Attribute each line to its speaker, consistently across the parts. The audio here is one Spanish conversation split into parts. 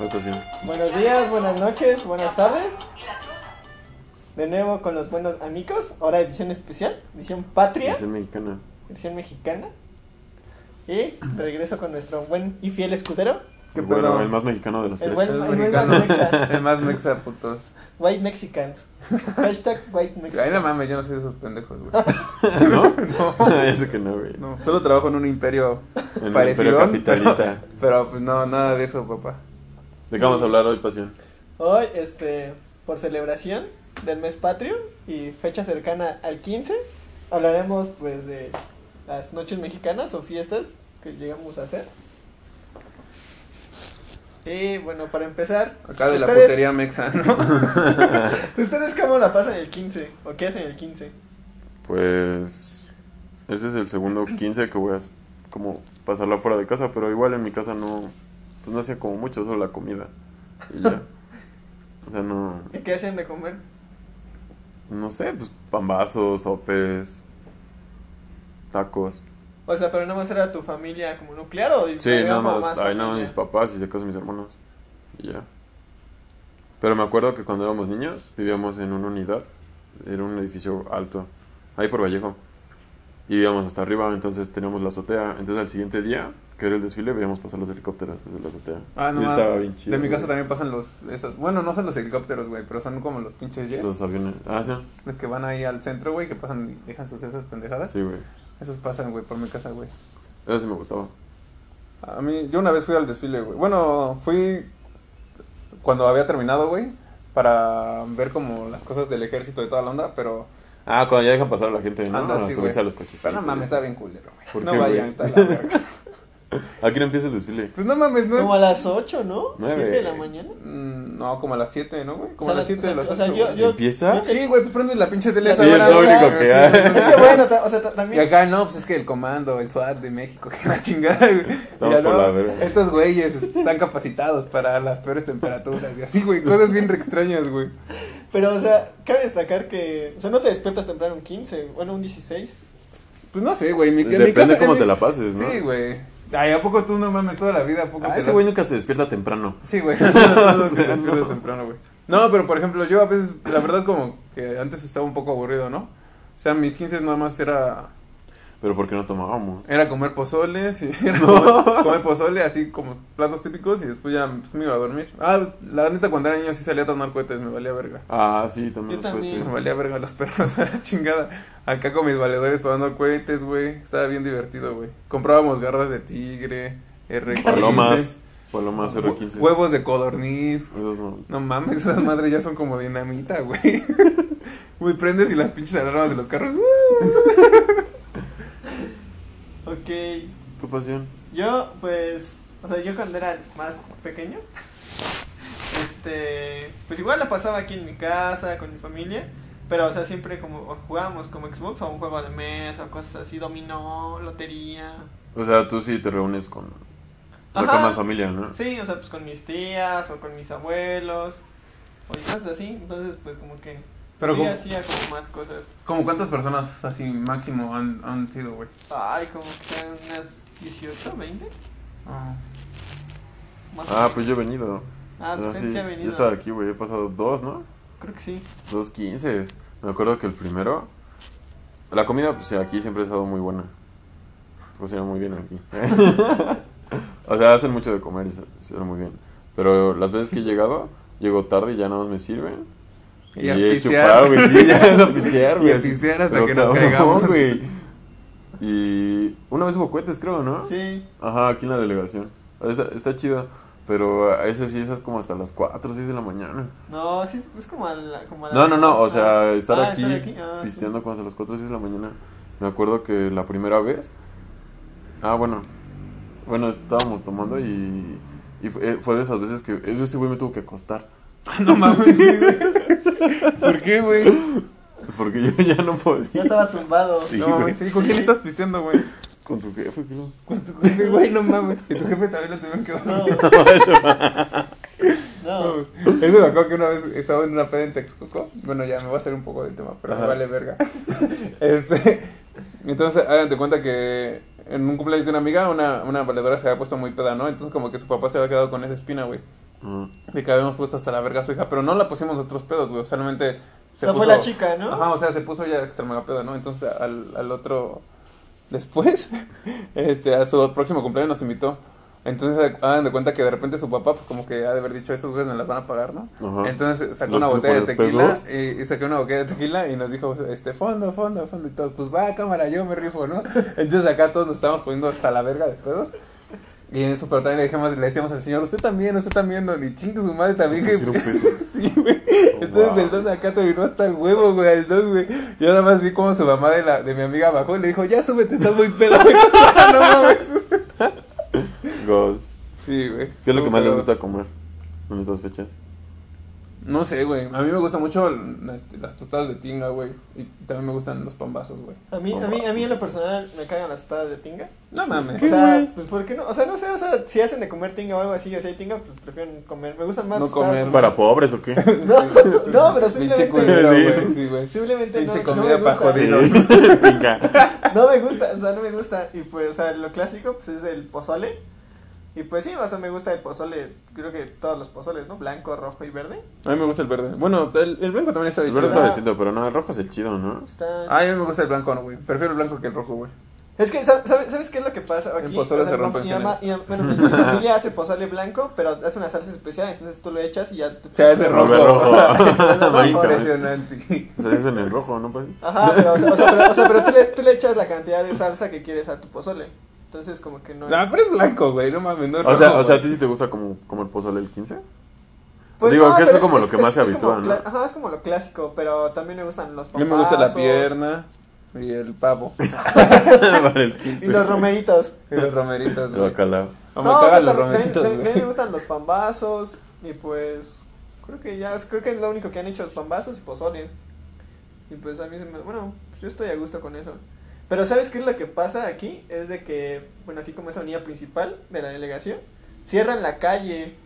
Speaker 1: Actuación.
Speaker 2: Buenos días, buenas noches, buenas tardes. De nuevo con los buenos amigos. Ahora edición especial, edición patria,
Speaker 1: Versión mexicana.
Speaker 2: edición mexicana. Y de regreso con nuestro buen y fiel escudero,
Speaker 3: ¿Qué
Speaker 1: El bueno,
Speaker 3: pedo?
Speaker 1: el más mexicano de los tres.
Speaker 2: El buen-
Speaker 3: Es
Speaker 2: Bueno,
Speaker 3: mexicano.
Speaker 2: el más mexa.
Speaker 3: El más mexa, putos.
Speaker 2: White Mexicans. Hashtag White
Speaker 3: Ay, no
Speaker 2: Mexicans.
Speaker 3: mames, yo no soy de esos pendejos, güey.
Speaker 1: ¿No?
Speaker 3: No.
Speaker 1: Eso que no, güey.
Speaker 3: No, solo trabajo en un imperio
Speaker 1: En un
Speaker 3: parecido.
Speaker 1: imperio capitalista.
Speaker 3: Pero, pues no, nada de eso, papá.
Speaker 1: ¿De qué vamos a hablar hoy, pasión?
Speaker 2: Hoy, este, por celebración del mes patrio y fecha cercana al 15, hablaremos pues de las noches mexicanas o fiestas que llegamos a hacer. Y bueno, para empezar,
Speaker 3: Acá de la
Speaker 2: ¿Ustedes?
Speaker 3: putería mexa, ¿no?
Speaker 2: ¿ustedes cómo la pasan el 15? ¿O qué hacen el 15?
Speaker 1: Pues. Ese es el segundo 15 que voy a s- como pasarla fuera de casa, pero igual en mi casa no. Pues no hacía como mucho, solo la comida. Y ya. O sea, no.
Speaker 2: ¿Y qué hacen de comer?
Speaker 1: No sé, pues pambazos, sopes, tacos.
Speaker 2: O sea, pero nada más era tu familia como nuclear o
Speaker 1: Sí,
Speaker 2: había
Speaker 1: nada
Speaker 2: como
Speaker 1: más, ahí nada más
Speaker 2: familia?
Speaker 1: mis papás y si acaso mis hermanos. Y ya. Pero me acuerdo que cuando éramos niños vivíamos en una unidad. Era un edificio alto, ahí por Vallejo. Y vivíamos hasta arriba, entonces teníamos la azotea. Entonces al siguiente día, que era el desfile, veíamos pasar los helicópteros desde la azotea. y
Speaker 3: Ah, mames.
Speaker 1: estaba bien chido.
Speaker 3: De mi casa
Speaker 1: güey.
Speaker 3: también pasan los. Esos, bueno, no son los helicópteros, güey, pero son como los pinches jets. Los,
Speaker 1: Los aviones. Ah, sí.
Speaker 3: que van ahí al centro, güey, que pasan y dejan sus esas pendejadas.
Speaker 1: Sí, güey.
Speaker 3: Esos pasan, güey, por mi casa, güey.
Speaker 1: Eso sí me gustaba.
Speaker 3: A mí, yo una vez fui al desfile, güey. Bueno, fui cuando había terminado, güey, para ver como las cosas del ejército y toda la onda, pero...
Speaker 1: Ah, cuando ya dejan pasar a la gente, ¿no?
Speaker 3: Anda
Speaker 1: a
Speaker 3: así,
Speaker 1: subirse
Speaker 3: güey.
Speaker 1: a los coches.
Speaker 3: Pero no
Speaker 1: Sí,
Speaker 3: mames,
Speaker 1: sí.
Speaker 3: está bien culero, güey.
Speaker 1: ¿Por
Speaker 3: no
Speaker 1: qué,
Speaker 3: vayan,
Speaker 1: güey?
Speaker 3: está la verga.
Speaker 1: ¿A qué hora empieza el desfile?
Speaker 3: Pues no mames, no...
Speaker 2: Como a las 8, ¿no?
Speaker 1: Nueve.
Speaker 2: 7 de la mañana.
Speaker 3: Mm, No, como a las 7, ¿no, güey? Como
Speaker 2: O sea,
Speaker 3: a las 7 de
Speaker 2: o
Speaker 3: las
Speaker 2: sea,
Speaker 3: 8,
Speaker 2: o sea, yo- yo-
Speaker 1: ¿Empieza?
Speaker 2: yo-
Speaker 3: Sí, güey, pues prendes la pinche tele a
Speaker 2: Sí,
Speaker 3: esa
Speaker 2: es
Speaker 3: hora,
Speaker 2: lo
Speaker 3: güey.
Speaker 2: único
Speaker 1: que
Speaker 3: Sí,
Speaker 1: hay.
Speaker 3: no
Speaker 2: Es
Speaker 3: mames.
Speaker 2: que bueno, ta- o sea, ta-
Speaker 3: Y
Speaker 2: también.
Speaker 3: acá, no, pues es que el comando, el SWAT de México, que la chingada, güey.
Speaker 1: Estamos
Speaker 3: Y ya
Speaker 1: por
Speaker 3: no,
Speaker 1: la verga.
Speaker 3: Estos güeyes están capacitados para las peores temperaturas y así, güey. Cosas bien re extrañas, güey.
Speaker 2: Pero, o sea, cabe destacar que. O sea, no te despiertas temprano un 15, bueno, un 16.
Speaker 3: Pues no sé, güey. Mi, en mi
Speaker 1: Depende
Speaker 3: casa-
Speaker 1: cómo
Speaker 3: en
Speaker 1: te
Speaker 3: mi-
Speaker 1: la pases, ¿no?
Speaker 3: Sí, güey. Ay, ¿a poco tú no mames toda la vida? ¿A poco
Speaker 1: Ah,
Speaker 3: te
Speaker 1: ese
Speaker 3: las-
Speaker 1: güey nunca se despierta temprano.
Speaker 3: Sí, güey. no, no, no,
Speaker 1: Sí,
Speaker 3: te las
Speaker 1: no.
Speaker 3: pierdes temprano, güey. No, pero por ejemplo, yo a veces, la verdad, como que antes estaba un poco aburrido, ¿no? O sea, mis 15 nada más era,
Speaker 1: Pero ¿por qué no tomábamos?
Speaker 3: era comer pozoles, y era comer, comer pozole, así como platos típicos, y después ya pues, me iba a dormir. Ah, la neta, cuando era niño sí salía a tomar cohetes, me valía verga.
Speaker 1: Ah, sí, también.
Speaker 2: Yo
Speaker 1: los
Speaker 2: también.
Speaker 3: Me
Speaker 1: cohetes.
Speaker 3: valía verga los perros, a la chingada. Acá con mis valedores tomando cohetes, güey. Estaba bien divertido, güey. Comprábamos garras de tigre, R15.
Speaker 1: Palomas. Palomas R15.
Speaker 3: Huevos de codorniz.
Speaker 1: Esos no.
Speaker 3: No mames, esas madres ya son como dinamita, güey. Güey, prendes y las pinches alarmas de los carros.
Speaker 2: Ok.
Speaker 1: Tu pasión.
Speaker 2: Yo, pues. O sea, yo cuando era más pequeño. Este. Pues igual la pasaba aquí en mi casa, con mi familia. Pero, o sea, siempre como o jugábamos como Xbox o un juego de mesa o cosas así, dominó, lotería.
Speaker 1: O sea, tú sí te reúnes con la
Speaker 2: Ajá.
Speaker 1: más familia, ¿no?
Speaker 2: Sí, o sea, pues con mis tías o con mis abuelos. O cosas así. Entonces, pues como que.
Speaker 3: Pero
Speaker 2: sí
Speaker 3: como-
Speaker 2: hacía como más cosas.
Speaker 3: ¿Cómo cuántas personas así máximo han, han sido, güey?
Speaker 2: Ay, como que eran unas 18, 20.
Speaker 3: Ah.
Speaker 2: Más
Speaker 1: Ah,
Speaker 2: o
Speaker 1: pues
Speaker 2: menos.
Speaker 1: yo he venido.
Speaker 2: Ah, pues
Speaker 1: Ah,
Speaker 2: él
Speaker 1: sí,
Speaker 2: sí ha
Speaker 1: yo
Speaker 2: venido.
Speaker 1: estaba aquí, güey. He pasado dos, ¿no?
Speaker 2: Creo que sí.
Speaker 1: Dos quince. Me acuerdo que el primero. La comida, pues aquí siempre ha estado muy buena. Cocinan muy bien aquí. o sea, hacen mucho de comer y se- se hacen muy bien. Pero las veces que he llegado, llego tarde y ya nada más me sirven.
Speaker 3: Y
Speaker 1: Y,
Speaker 3: a
Speaker 1: es
Speaker 3: pistear.
Speaker 1: chupar, güey. Sí, ya es a pistear,
Speaker 3: Y
Speaker 1: güey.
Speaker 3: a
Speaker 1: así.
Speaker 3: pistear hasta
Speaker 1: Pero
Speaker 3: que nos
Speaker 1: cabrón,
Speaker 3: caigamos.
Speaker 1: güey. Y una vez hubo cohetes, creo, ¿no?
Speaker 2: Sí.
Speaker 1: Ajá, aquí en la delegación. Está, está chido. Pero a veces sí, esas como hasta las 4, 6 de la mañana.
Speaker 2: No, sí, es, es como a la. Como a la
Speaker 1: No, no, no, o sea,
Speaker 2: Ah,
Speaker 1: estar
Speaker 2: ah,
Speaker 1: aquí,
Speaker 2: ah, sí.
Speaker 1: pisteando cuando a las 4 o 6 de la mañana. Me acuerdo que la primera vez. Ah, bueno. Bueno, estábamos tomando y. Y fue, eh, fue de esas veces que ese güey me tuvo que acostar.
Speaker 3: No mames, sí, güey. ¿Por qué, güey?
Speaker 1: Pues porque yo ya no
Speaker 2: Ya
Speaker 1: podía.
Speaker 2: estaba tumbado.
Speaker 1: Sí.
Speaker 3: no mames, sí. ¿Con quién estás pisteando, güey?
Speaker 1: Con su jefe, creo.
Speaker 3: Con tu jefe, güey, no mames. Y tu jefe también lo tuvieron que dormir.
Speaker 2: No. no.
Speaker 3: Él me acuerdo que una vez estaba en una peda en Texcoco. Bueno, ya me voy a hacer un poco del tema, pero me
Speaker 1: Ajá.
Speaker 3: vale verga. Este, entonces, hagan de cuenta que en un cumpleaños de una amiga, una, una valedora se había puesto muy peda, ¿no? Entonces, como que su papá se había quedado con esa espina, güey.
Speaker 1: Ajá.
Speaker 3: De que habíamos puesto hasta la verga a su hija, pero no la pusimos otros pedos, güey. O sea, realmente.
Speaker 2: O sea, fue la chica, ¿no?
Speaker 3: Ajá, o sea, se puso ya extra mega pedo, ¿no? Entonces al, al otro. Después, este, a su próximo cumpleaños nos invitó. Entonces hagan de cuenta que de repente su papá, pues como que ha de haber dicho, esos güeyes me las van a pagar, ¿no?
Speaker 1: Ajá.
Speaker 3: Entonces sacó
Speaker 1: Los
Speaker 3: una
Speaker 1: que se
Speaker 3: botella de
Speaker 1: ponen
Speaker 3: tequila
Speaker 1: pedos.
Speaker 3: y, y sacó una botella de tequila y nos dijo, este, fondo, fondo, fondo y todos, pues va, cámara, yo me rifo, ¿no? Entonces acá todos nos estábamos poniendo hasta la verga de pedos. Y en eso, pero también le, dijimos, le decíamos al señor, usted también, usted también, don, y chingue su madre también. Que...
Speaker 1: Sí, un pedo.
Speaker 3: Sí, güey.
Speaker 1: Oh,
Speaker 3: Entonces
Speaker 1: wow.
Speaker 3: el don acá terminó hasta el huevo, güey, el don, güey. Yo nada más vi como su mamá de, la, de mi amiga bajó y le dijo, ya súbete, estás muy pedo, güey. no mames.
Speaker 1: Goals.
Speaker 3: Sí, güey.
Speaker 1: ¿Qué es lo que más les gusta comer en estas fechas?
Speaker 3: No sé, güey. A mí me gustan mucho las, las tostadas de tinga, güey. Y también me gustan los pambazos, güey.
Speaker 2: A mí, a mí, a mí en lo personal me cagan las tostadas de tinga.
Speaker 3: No mames.
Speaker 2: O
Speaker 1: ¿Qué,
Speaker 2: sea,
Speaker 1: güey?
Speaker 2: pues ¿por qué no? O sea, no sé, o sea, si hacen de comer tinga o algo así, o sea, hay tinga, pues prefieren comer. Me gustan más
Speaker 3: No
Speaker 2: tostadas
Speaker 3: comer.
Speaker 1: ¿Para pobres o qué?
Speaker 2: No, no, pero
Speaker 3: Pinche
Speaker 2: simplemente-
Speaker 3: culero,
Speaker 1: Sí.
Speaker 3: güey. Sí, güey.
Speaker 2: Simplemente no,
Speaker 3: Pinche
Speaker 2: no
Speaker 3: comida
Speaker 2: me
Speaker 3: pa'
Speaker 2: gusta.
Speaker 3: joder.
Speaker 1: Sí. Tinga.
Speaker 2: No me gusta, o sea, no me gusta. Y pues, o sea, lo clásico pues es el pozole. Y pues sí, o sea, me gusta el pozole, creo que todos los pozoles, ¿no? Blanco, rojo y verde.
Speaker 3: A mí me gusta el verde. Bueno, el, el blanco también está de
Speaker 1: El verde
Speaker 3: chido.
Speaker 1: sabe distinto, pero no, el rojo es el chido, ¿no?
Speaker 2: Está...
Speaker 3: Ay, a mí me gusta el blanco, no, güey. Prefiero el blanco que el rojo, güey.
Speaker 2: Es que, ¿sabes, ¿sabes qué es lo que pasa? Aquí,
Speaker 3: El pozole se
Speaker 2: mi
Speaker 3: rompe en
Speaker 2: mi mamá- mi, bueno, mi mi familia hace pozole blanco, pero hace una salsa especial, entonces tú lo echas y ya... tú-
Speaker 3: Se hace
Speaker 1: Se
Speaker 3: rojo.
Speaker 1: vuelve rojo.
Speaker 2: Mágicamente.
Speaker 3: Impresionante.
Speaker 1: O sea, es en el rojo, ¿no? Pues?
Speaker 2: Ajá, pero, o sea, o sea, pero, o sea, pero tú, le, tú le echas la cantidad de salsa que quieres a tu pozole. Entonces, como que no es...
Speaker 3: No, pero es blanco, güey. No mames, no es
Speaker 1: O sea,
Speaker 3: rojo,
Speaker 1: o sea, ¿a ti
Speaker 3: güey.
Speaker 1: sí te gusta como comer pozole el 15?
Speaker 2: Pues
Speaker 1: Digo, que es
Speaker 2: pero
Speaker 1: como lo que más se
Speaker 2: como
Speaker 1: habitúa,
Speaker 2: cla-
Speaker 1: ¿no?
Speaker 2: Ajá, es como lo clásico, pero también me gustan los
Speaker 3: A mí me gusta la
Speaker 2: pambazos
Speaker 3: pierna y el pavo.
Speaker 1: Para el 15.
Speaker 2: Y los romeritos.
Speaker 3: Y los romeritos,
Speaker 1: El
Speaker 3: güey.
Speaker 1: bacalao.
Speaker 3: O me
Speaker 2: No, o sea,
Speaker 3: cagan los
Speaker 2: también-
Speaker 3: romeritos,
Speaker 2: también- también me
Speaker 3: güey.
Speaker 2: gustan los pambazos y pues creo que ya, creo que es lo único que han hecho los pambazos y pozole. Y pues a mí se me, bueno, pues, yo estoy a gusto con eso. Pero ¿sabes qué es lo que pasa aquí? Es de que, bueno, aquí como es la unidad principal de la delegación, cierran la calle.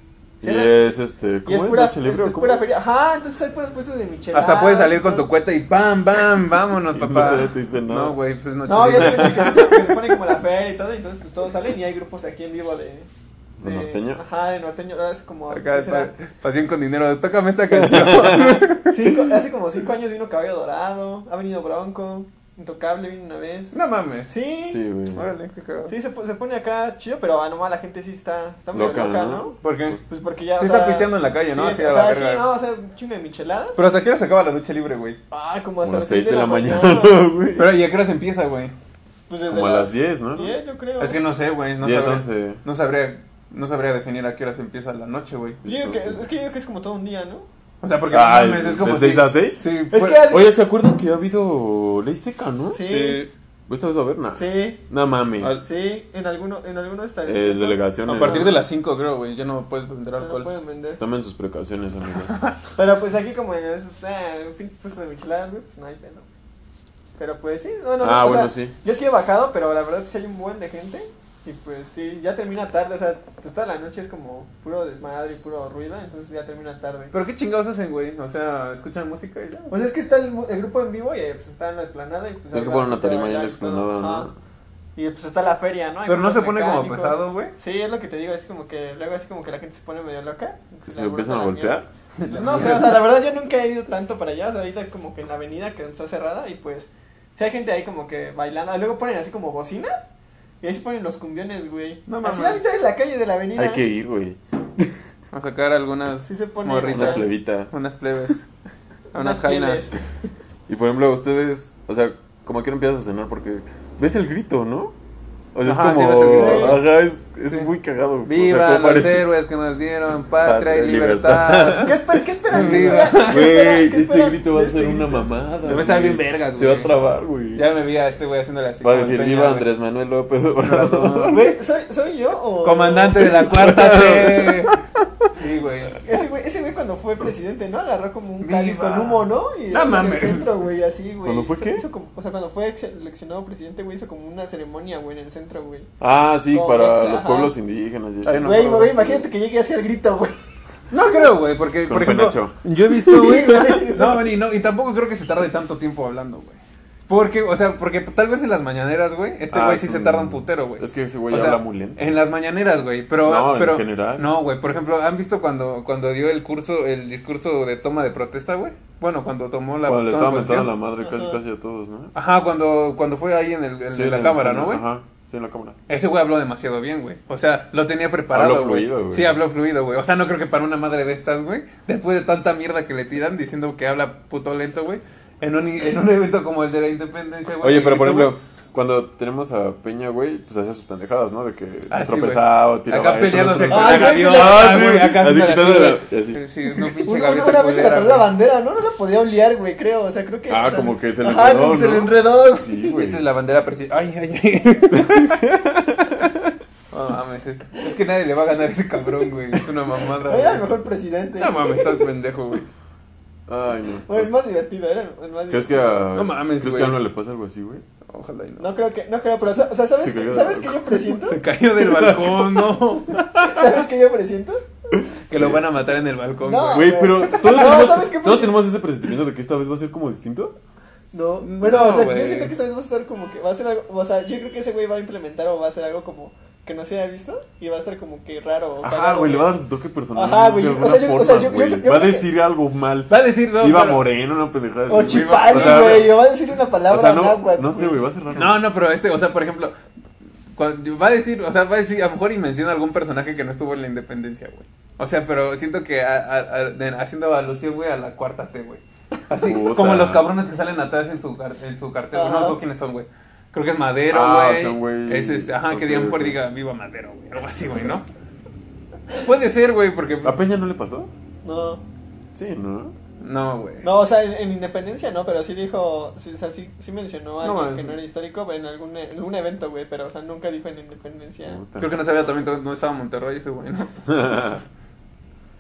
Speaker 1: Y
Speaker 2: cierran-
Speaker 1: es este.
Speaker 2: y es
Speaker 1: ¿Cómo es?
Speaker 2: pura,
Speaker 1: ¿Leche libre
Speaker 2: es-
Speaker 1: o
Speaker 2: es
Speaker 1: cómo?
Speaker 2: pura feria. Ajá, entonces hay puras puestas de micheladas.
Speaker 3: Hasta puedes salir con
Speaker 2: todo.
Speaker 3: tu cueta y ¡pam, pam! ¡Vámonos,
Speaker 1: Y
Speaker 3: papá!
Speaker 1: no te dicen nada.
Speaker 3: No, güey, pues es noche
Speaker 2: No, ya
Speaker 3: libre.
Speaker 2: sabes que, que se pone como la feria y todo, y entonces pues todos salen y hay grupos aquí en vivo de...
Speaker 1: ¿De norteño?
Speaker 2: Ajá, de norteño, ahora es como...
Speaker 3: Acá
Speaker 2: ¿qué será?
Speaker 3: está, pasión con dinero, tócame esta canción.
Speaker 2: Cinco- hace como cinco años vino Caballo Dorado, ha venido Bronco, Intocable vino una vez.
Speaker 3: no mames.
Speaker 2: Sí, sí,
Speaker 1: Sí, güey.
Speaker 3: Órale, qué cagado.
Speaker 2: se, po- se pone acá chido, pero ah, nomás la gente sí está, está muy
Speaker 1: Loca,
Speaker 2: loca,
Speaker 1: ¿no?
Speaker 2: ¿no?
Speaker 3: ¿Por qué?
Speaker 2: Pues porque ya,
Speaker 3: Sí está pisteando en la calle, ¿no?
Speaker 2: Sí,
Speaker 3: Así
Speaker 2: o
Speaker 3: a
Speaker 2: sea,
Speaker 3: la
Speaker 2: sí,
Speaker 3: verga.
Speaker 2: no, o sea, un chino de michelada.
Speaker 3: Pero hasta qué hora se acaba la lucha libre, güey.
Speaker 2: Ah,
Speaker 1: Como
Speaker 2: como
Speaker 1: a
Speaker 2: hasta
Speaker 1: las 6 de
Speaker 2: seis
Speaker 1: la mañana, güey.
Speaker 3: Pero ¿y a qué hora se empieza, güey?
Speaker 2: Pues desde
Speaker 1: Como a las 10, ¿no?
Speaker 2: 10, yo creo.
Speaker 3: Es que no sé, güey. No
Speaker 1: 10,
Speaker 3: sabría,
Speaker 1: 11.
Speaker 3: No sabría, no sabría definir a qué hora se empieza la noche, güey.
Speaker 2: Yo digo que- es que yo digo que es como todo un día, ¿no?
Speaker 3: O sea, porque
Speaker 1: Ah,
Speaker 3: no mames, es como.
Speaker 1: ¿de seis
Speaker 3: si-
Speaker 1: a seis?
Speaker 3: Sí,
Speaker 2: Es
Speaker 3: fuera-
Speaker 2: que hace-
Speaker 1: Oye, ¿se acuerdan que ha habido ley seca, no?
Speaker 2: Sí.
Speaker 3: Sí.
Speaker 1: ¿Viste eso, Berna?
Speaker 2: Sí,
Speaker 1: No mames.
Speaker 3: Al-
Speaker 2: sí, en alguno, en algunos
Speaker 1: Ah, Eh,
Speaker 2: establecimientos.
Speaker 1: delegaciones.
Speaker 3: A partir de las 5, creo, güey. Ya no puedes vender
Speaker 2: no lo pueden
Speaker 3: alcohol.
Speaker 2: vender.
Speaker 1: Tomen sus precauciones, amigos.
Speaker 2: Pero pues aquí como en esos, o sea, en fin, puestos de micheladas, güey, pues no hay pedo. Pero pues sí, no, no,
Speaker 1: Ah,
Speaker 2: o sea,
Speaker 1: bueno, sí.
Speaker 2: Yo sí he bajado, pero la verdad sí hay un buen de gente. Y pues sí, ya termina tarde, o sea, pues, toda la noche es como puro desmadre y puro ruido, entonces ya termina tarde.
Speaker 3: Pero qué chingados hacen, güey. O sea, escuchan música y ya.
Speaker 2: Pues es que está el, mu- el grupo en vivo y eh, pues está en la esplanada y pues...
Speaker 1: es
Speaker 2: ahí
Speaker 1: que
Speaker 2: va
Speaker 1: ponen
Speaker 2: la
Speaker 1: una tarima ahí en la
Speaker 2: gente a
Speaker 1: explanada,
Speaker 2: bailar y
Speaker 1: ¿no?
Speaker 2: todo, ajá. Y pues está la feria, ¿no? Hay
Speaker 3: Pero no se
Speaker 2: grupos
Speaker 3: pone como
Speaker 2: pues mecánicos.
Speaker 3: pesado, güey.
Speaker 2: Sí, es lo que te digo, es como que luego así como que la gente se pone medio loca.
Speaker 1: Que
Speaker 2: se
Speaker 1: se empiezan a
Speaker 2: alborotan la
Speaker 1: golpear.
Speaker 2: No sé, o sea, la verdad yo nunca he ido tanto para allá, o sea, ahorita como que en la avenida que está cerrada y pues, si hay gente ahí como que bailando, ah, luego ponen así como bocinas y ahí se ponen los cumbiones, güey.
Speaker 3: No
Speaker 2: así
Speaker 3: mames.
Speaker 2: ahorita en la calle de la avenida.
Speaker 1: Hay que ir, güey.
Speaker 3: A sacar algunas
Speaker 2: Sí se pone-
Speaker 1: Unas
Speaker 3: morritas.
Speaker 1: plebitas.
Speaker 3: Unas plebes. A unas
Speaker 2: Unas
Speaker 3: jainas.
Speaker 2: pieles.
Speaker 1: Y por ejemplo, ustedes, o sea, como que no empiezas a cenar porque ves el grito, ¿no? O sea,
Speaker 3: Ajá,
Speaker 1: es
Speaker 3: sí
Speaker 1: como.
Speaker 3: ves el grito.
Speaker 1: ajá, es, es
Speaker 3: Sí.
Speaker 1: muy cagado.
Speaker 3: Viva
Speaker 1: o sea, como
Speaker 3: los
Speaker 1: parece-
Speaker 3: héroes que nos dieron patria
Speaker 1: Patria
Speaker 3: y
Speaker 1: y
Speaker 3: libertad.
Speaker 2: ¿Qué, esper- qué esperan? ¿Qué
Speaker 3: Viva.
Speaker 2: esperan? ¿Qué esperan?
Speaker 1: Güey,
Speaker 2: ¿Qué
Speaker 1: este
Speaker 2: esperan
Speaker 1: grito va
Speaker 2: de
Speaker 1: a ser
Speaker 2: este
Speaker 1: una
Speaker 2: grito?
Speaker 1: mamada.
Speaker 3: Me están bien
Speaker 1: güey.
Speaker 3: vergas,
Speaker 1: Se va a
Speaker 3: güey.
Speaker 1: trabar, güey.
Speaker 3: ya me vi a este güey haciéndole así.
Speaker 1: Va a
Speaker 3: como
Speaker 1: decir,
Speaker 3: Peña,
Speaker 1: viva
Speaker 3: güey.
Speaker 1: Andrés Manuel López Obrador.
Speaker 2: Güey, ¿soy, ¿soy yo o...?
Speaker 3: Comandante de la cuarta T. Sí, güey.
Speaker 2: Ese güey, ese güey cuando fue presidente, ¿no? Agarró como un cáliz
Speaker 3: Viva.
Speaker 2: con humo, ¿no? Y
Speaker 3: No
Speaker 2: así en
Speaker 3: mames.
Speaker 2: el centro, güey, así, güey.
Speaker 1: ¿Cuándo fue
Speaker 2: Hizo-
Speaker 1: qué?
Speaker 2: hizo como- o sea, cuando fue seleccionado presidente, güey, hizo como una ceremonia, güey, en el centro, güey.
Speaker 1: Ah, sí,
Speaker 2: Como
Speaker 1: para
Speaker 2: Mexa,
Speaker 1: los
Speaker 2: ajá.
Speaker 1: pueblos indígenas. y eso.
Speaker 3: Ay, no.
Speaker 2: Güey,
Speaker 3: mames.
Speaker 2: güey, imagínate que llegue así al grito, güey.
Speaker 3: No creo, güey, porque
Speaker 1: Con
Speaker 3: por ejemplo,
Speaker 1: penacho.
Speaker 3: yo he visto, güey. No, ni no, y tampoco creo que se tarde tanto tiempo hablando, güey. Porque, o sea, porque tal vez en las mañaneras, güey, este
Speaker 1: Ah,
Speaker 3: güey
Speaker 1: es
Speaker 3: sí se
Speaker 1: un-
Speaker 3: tarda un putero, güey.
Speaker 1: Es que ese güey
Speaker 3: O
Speaker 1: habla
Speaker 3: sea,
Speaker 1: muy lento.
Speaker 3: En las mañaneras, güey, pero...
Speaker 1: No, en
Speaker 3: pero-
Speaker 1: general.
Speaker 3: No, güey, por ejemplo, ¿han visto cuando, cuando dio el curso, el discurso de toma de protesta, güey? Bueno, cuando tomó la...
Speaker 1: Cuando le
Speaker 3: toma
Speaker 1: estaba
Speaker 3: de
Speaker 1: mentando la
Speaker 3: posesión.
Speaker 1: madre casi,
Speaker 2: Ajá.
Speaker 1: casi a todos, ¿no?
Speaker 3: Ajá, cuando, cuando fue ahí en, el, en
Speaker 1: Sí,
Speaker 3: la
Speaker 1: en el
Speaker 3: cámara, ¿no,
Speaker 1: escenario,
Speaker 3: güey?
Speaker 1: Ajá, sí, en la cámara.
Speaker 3: Ese güey habló demasiado bien, güey. O sea, lo tenía preparado.
Speaker 1: Habló fluido, güey.
Speaker 3: Sí, habló fluido, güey. O sea, no creo que para una madre de estas, güey, después de tanta mierda que le tiran diciendo que habla puto lento, güey, en un, en un evento como el de la independencia, güey.
Speaker 1: Oye, pero por
Speaker 3: que tú-
Speaker 1: ejemplo, cuando tenemos a Peña, güey, pues hacía sus pendejadas, ¿no? De que
Speaker 3: Ah,
Speaker 1: se
Speaker 3: sí,
Speaker 1: tropezaba,
Speaker 3: güey.
Speaker 1: tiraba.
Speaker 3: Acá
Speaker 1: esto,
Speaker 3: peleándose
Speaker 1: lo
Speaker 3: con
Speaker 1: otro.
Speaker 2: Ah, yo
Speaker 3: el
Speaker 2: sí
Speaker 3: avión.
Speaker 2: le-
Speaker 1: Ah, sí,
Speaker 3: güey, acá
Speaker 1: así
Speaker 3: sí me la
Speaker 1: quitándole
Speaker 3: hacía,
Speaker 1: la-
Speaker 3: güey.
Speaker 1: y así.
Speaker 3: Sí, no, pinche
Speaker 2: Una,
Speaker 3: gaveta
Speaker 2: una vez se le
Speaker 3: culera,
Speaker 2: atoró la
Speaker 3: güey.
Speaker 2: bandera, ¿no? No la podía olear, güey, creo. O sea, creo que.
Speaker 1: Ah,
Speaker 2: o sea,
Speaker 1: como que se le
Speaker 2: ajá,
Speaker 1: enredó,
Speaker 2: como que se
Speaker 1: ¿no?
Speaker 2: le enredó, güey.
Speaker 1: Sí, güey.
Speaker 3: Esta es la bandera presi- Ay, ay, ay. No mames, es, es que nadie le va a ganar a ese cabrón, güey. Es una mamada.
Speaker 2: Era
Speaker 3: güey.
Speaker 2: el mejor presidente.
Speaker 3: No mames, estás pendejo, güey.
Speaker 1: Ay, no.
Speaker 2: Bueno, es más divertido, era el más
Speaker 1: ¿Crees
Speaker 2: divertido.
Speaker 1: que a.
Speaker 3: No mames,
Speaker 1: ¿Crees
Speaker 3: güey.
Speaker 1: que a uno le pasa algo así, güey?
Speaker 3: Ojalá y no.
Speaker 2: No creo que, no creo, pero, o sea, ¿sabes,
Speaker 1: Se
Speaker 2: que,
Speaker 1: cayó
Speaker 2: ¿sabes
Speaker 1: del
Speaker 2: que yo presiento?
Speaker 3: Se cayó del balcón, no.
Speaker 2: ¿Sabes que yo presiento?
Speaker 3: Que lo van a matar en el balcón,
Speaker 2: No.
Speaker 3: güey.
Speaker 1: Güey,
Speaker 2: güey.
Speaker 1: pero todos,
Speaker 2: No, ¿sabes
Speaker 1: tenemos,
Speaker 2: qué
Speaker 1: todos
Speaker 2: pasa?
Speaker 1: tenemos ese presentimiento de que esta vez va a ser como distinto.
Speaker 2: No, bueno, o sea,
Speaker 3: güey.
Speaker 2: yo siento que esta vez va a estar como que, va a ser algo, o sea, yo creo que ese güey va a implementar o va a hacer algo como que no se haya visto y va a estar como que raro. o
Speaker 1: Ajá,
Speaker 2: cagado,
Speaker 1: güey, le va a dar su toque personal.
Speaker 2: Ajá, güey,
Speaker 1: De
Speaker 2: o
Speaker 1: alguna
Speaker 2: sea, yo- o sea,
Speaker 1: forma,
Speaker 2: yo- yo-
Speaker 1: güey.
Speaker 2: yo-
Speaker 1: Va a decir algo mal.
Speaker 3: Va a decir no.
Speaker 1: Iba
Speaker 3: pero-
Speaker 1: moreno, una pendejada. así,
Speaker 2: O
Speaker 1: güey.
Speaker 2: chipali,
Speaker 1: O sea,
Speaker 2: güey, o va a decir una palabra
Speaker 1: O sea, no,
Speaker 2: náhuatl,
Speaker 1: no sé, güey, va a ser raro.
Speaker 3: No, no, pero este, o sea, por ejemplo, cuando- va a decir, o sea, va a decir, a lo mejor y menciona algún personaje que no estuvo en la independencia, güey. O sea, pero siento que a- a- a- de- haciendo alusión, güey, a la cuarta T, güey. Así
Speaker 1: Puta.
Speaker 3: como los cabrones que salen atrás en su, car- en su cartel. No,
Speaker 2: Ajá.
Speaker 3: no, ¿quiénes son, güey? Creo que es Madero, güey.
Speaker 1: Ah, o sea, güey.
Speaker 3: Es este, ajá, que
Speaker 1: Ok,
Speaker 3: digan por
Speaker 1: ok.
Speaker 3: diga, viva Madero, güey. Algo así, güey, ¿no? Puede ser, güey, porque...
Speaker 1: ¿A Peña no le pasó?
Speaker 2: No,
Speaker 1: Sí, ¿no?
Speaker 3: No, güey.
Speaker 2: no, o sea, en, en Independencia no, pero sí dijo, sí, o sea, sí, sí mencionó algo
Speaker 3: mames.
Speaker 2: que no era histórico en algún, en algún evento, güey, pero, o sea, nunca dijo en Independencia.
Speaker 1: Puta.
Speaker 3: Creo que no sabía también dónde estaba Monterrey ese güey, ¿no?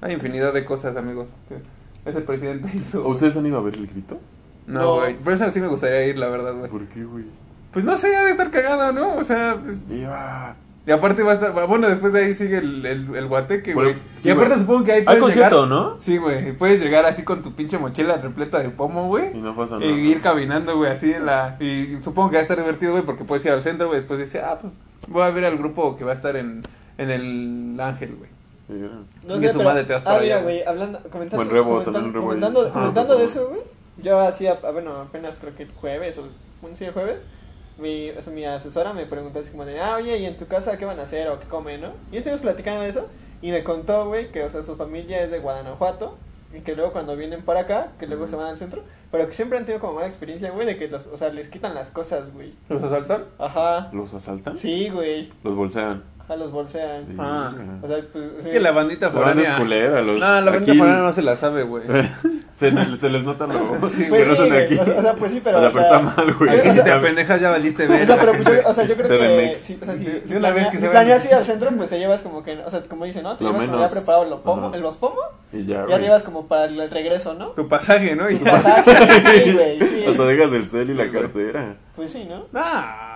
Speaker 3: Hay infinidad de cosas, amigos. que Ese presidente hizo. güey.
Speaker 1: ¿Ustedes han ido a ver el grito?
Speaker 3: No,
Speaker 2: No.
Speaker 3: güey. Por eso sí me gustaría ir, la verdad, güey.
Speaker 1: ¿Por qué, güey?
Speaker 3: Pues no sé, ha de estar cagado, ¿no? O sea, pues.
Speaker 1: Iba.
Speaker 3: Y aparte va a estar. Bueno, después de ahí sigue el, el, el guateque, güey.
Speaker 1: Bueno, sí,
Speaker 3: y aparte
Speaker 1: güey.
Speaker 3: supongo que ahí
Speaker 1: Hay
Speaker 3: puedes
Speaker 1: concierto,
Speaker 3: llegar-
Speaker 1: ¿no?
Speaker 3: Sí, güey. Puedes llegar así con tu pinche mochila repleta de pomo, güey.
Speaker 1: Y no pasa
Speaker 3: Y
Speaker 1: nada.
Speaker 3: ir caminando, güey, así en la... Y supongo que va a estar divertido, güey, porque puedes ir al centro, güey, después dices, ah, pues voy a ver al grupo que va a estar en, en el Ángel, güey.
Speaker 1: Y era-
Speaker 3: Chingue su madre, te vas para
Speaker 2: ah, mira,
Speaker 3: allá,
Speaker 2: güey, hablando, comentando,
Speaker 1: Buen rebo,
Speaker 2: comentando,
Speaker 1: también rebo ahí.
Speaker 2: comentando,
Speaker 1: Ah,
Speaker 2: comentando de
Speaker 1: rebo.
Speaker 2: eso, güey, yo hacía, ah, bueno, apenas creo que el jueves, o un sí, el jueves, mi, o sea, mi asesora me preguntó así como de, ah, oye, ¿y en tu casa qué van a hacer o qué comen, no? Y estuvimos platicando de eso y me contó, güey, que, o sea, su familia es de Guanajuato y que luego cuando vienen para acá, que luego se van al centro, pero que siempre han tenido como mala experiencia, güey, de que los, o sea, les quitan las cosas, güey.
Speaker 3: ¿Los asaltan?
Speaker 2: Ajá.
Speaker 1: ¿Los asaltan?
Speaker 2: Sí, güey,
Speaker 1: Los bolsean.
Speaker 2: ajá, los bolsean.
Speaker 3: Ah.
Speaker 1: Mira.
Speaker 2: O sea, pues,
Speaker 3: Es
Speaker 2: sí.
Speaker 3: que la bandita
Speaker 1: La banda es
Speaker 3: foránea...
Speaker 1: culera,
Speaker 3: No,
Speaker 1: los-
Speaker 3: la bandita
Speaker 1: aquí-
Speaker 3: foránea no se la sabe, güey.
Speaker 1: se, se les nota lo
Speaker 3: Sí,
Speaker 1: que
Speaker 3: güey.
Speaker 1: no son de aquí.
Speaker 2: Pues sí, güey, o sea- o sea, pues sí, pero,
Speaker 1: O sea,
Speaker 2: o
Speaker 1: pero
Speaker 2: sea,
Speaker 1: está mal, güey.
Speaker 2: Pero,
Speaker 3: Aquí
Speaker 2: o
Speaker 3: si
Speaker 2: sea-
Speaker 3: te apendejas ya valiste
Speaker 2: O
Speaker 3: ver.
Speaker 2: sea, pero pues, yo, o sea, yo creo que
Speaker 1: CDMX.
Speaker 2: si, o sea, si,
Speaker 3: Sí,
Speaker 2: si
Speaker 3: una vez
Speaker 2: planea-
Speaker 3: que
Speaker 2: si
Speaker 3: se
Speaker 2: planeas
Speaker 3: ven.
Speaker 2: ir al centro, pues te llevas como que, o sea, como dicen, ¿no? Te
Speaker 1: Lo
Speaker 2: llevas como
Speaker 1: menos.
Speaker 2: ya preparado lo pomo,
Speaker 1: Ajá.
Speaker 2: los pomos,
Speaker 1: Y ya,
Speaker 2: ya
Speaker 1: güey.
Speaker 2: te llevas como para el regreso, ¿no?
Speaker 3: Tu pasaje, ¿no? Y
Speaker 2: Tu
Speaker 3: ya.
Speaker 2: pasaje, sí, güey, sí.
Speaker 1: Hasta dejas el cel y
Speaker 3: Sí,
Speaker 1: la
Speaker 3: güey.
Speaker 1: cartera.
Speaker 2: Pues sí, ¿no?
Speaker 3: Nah.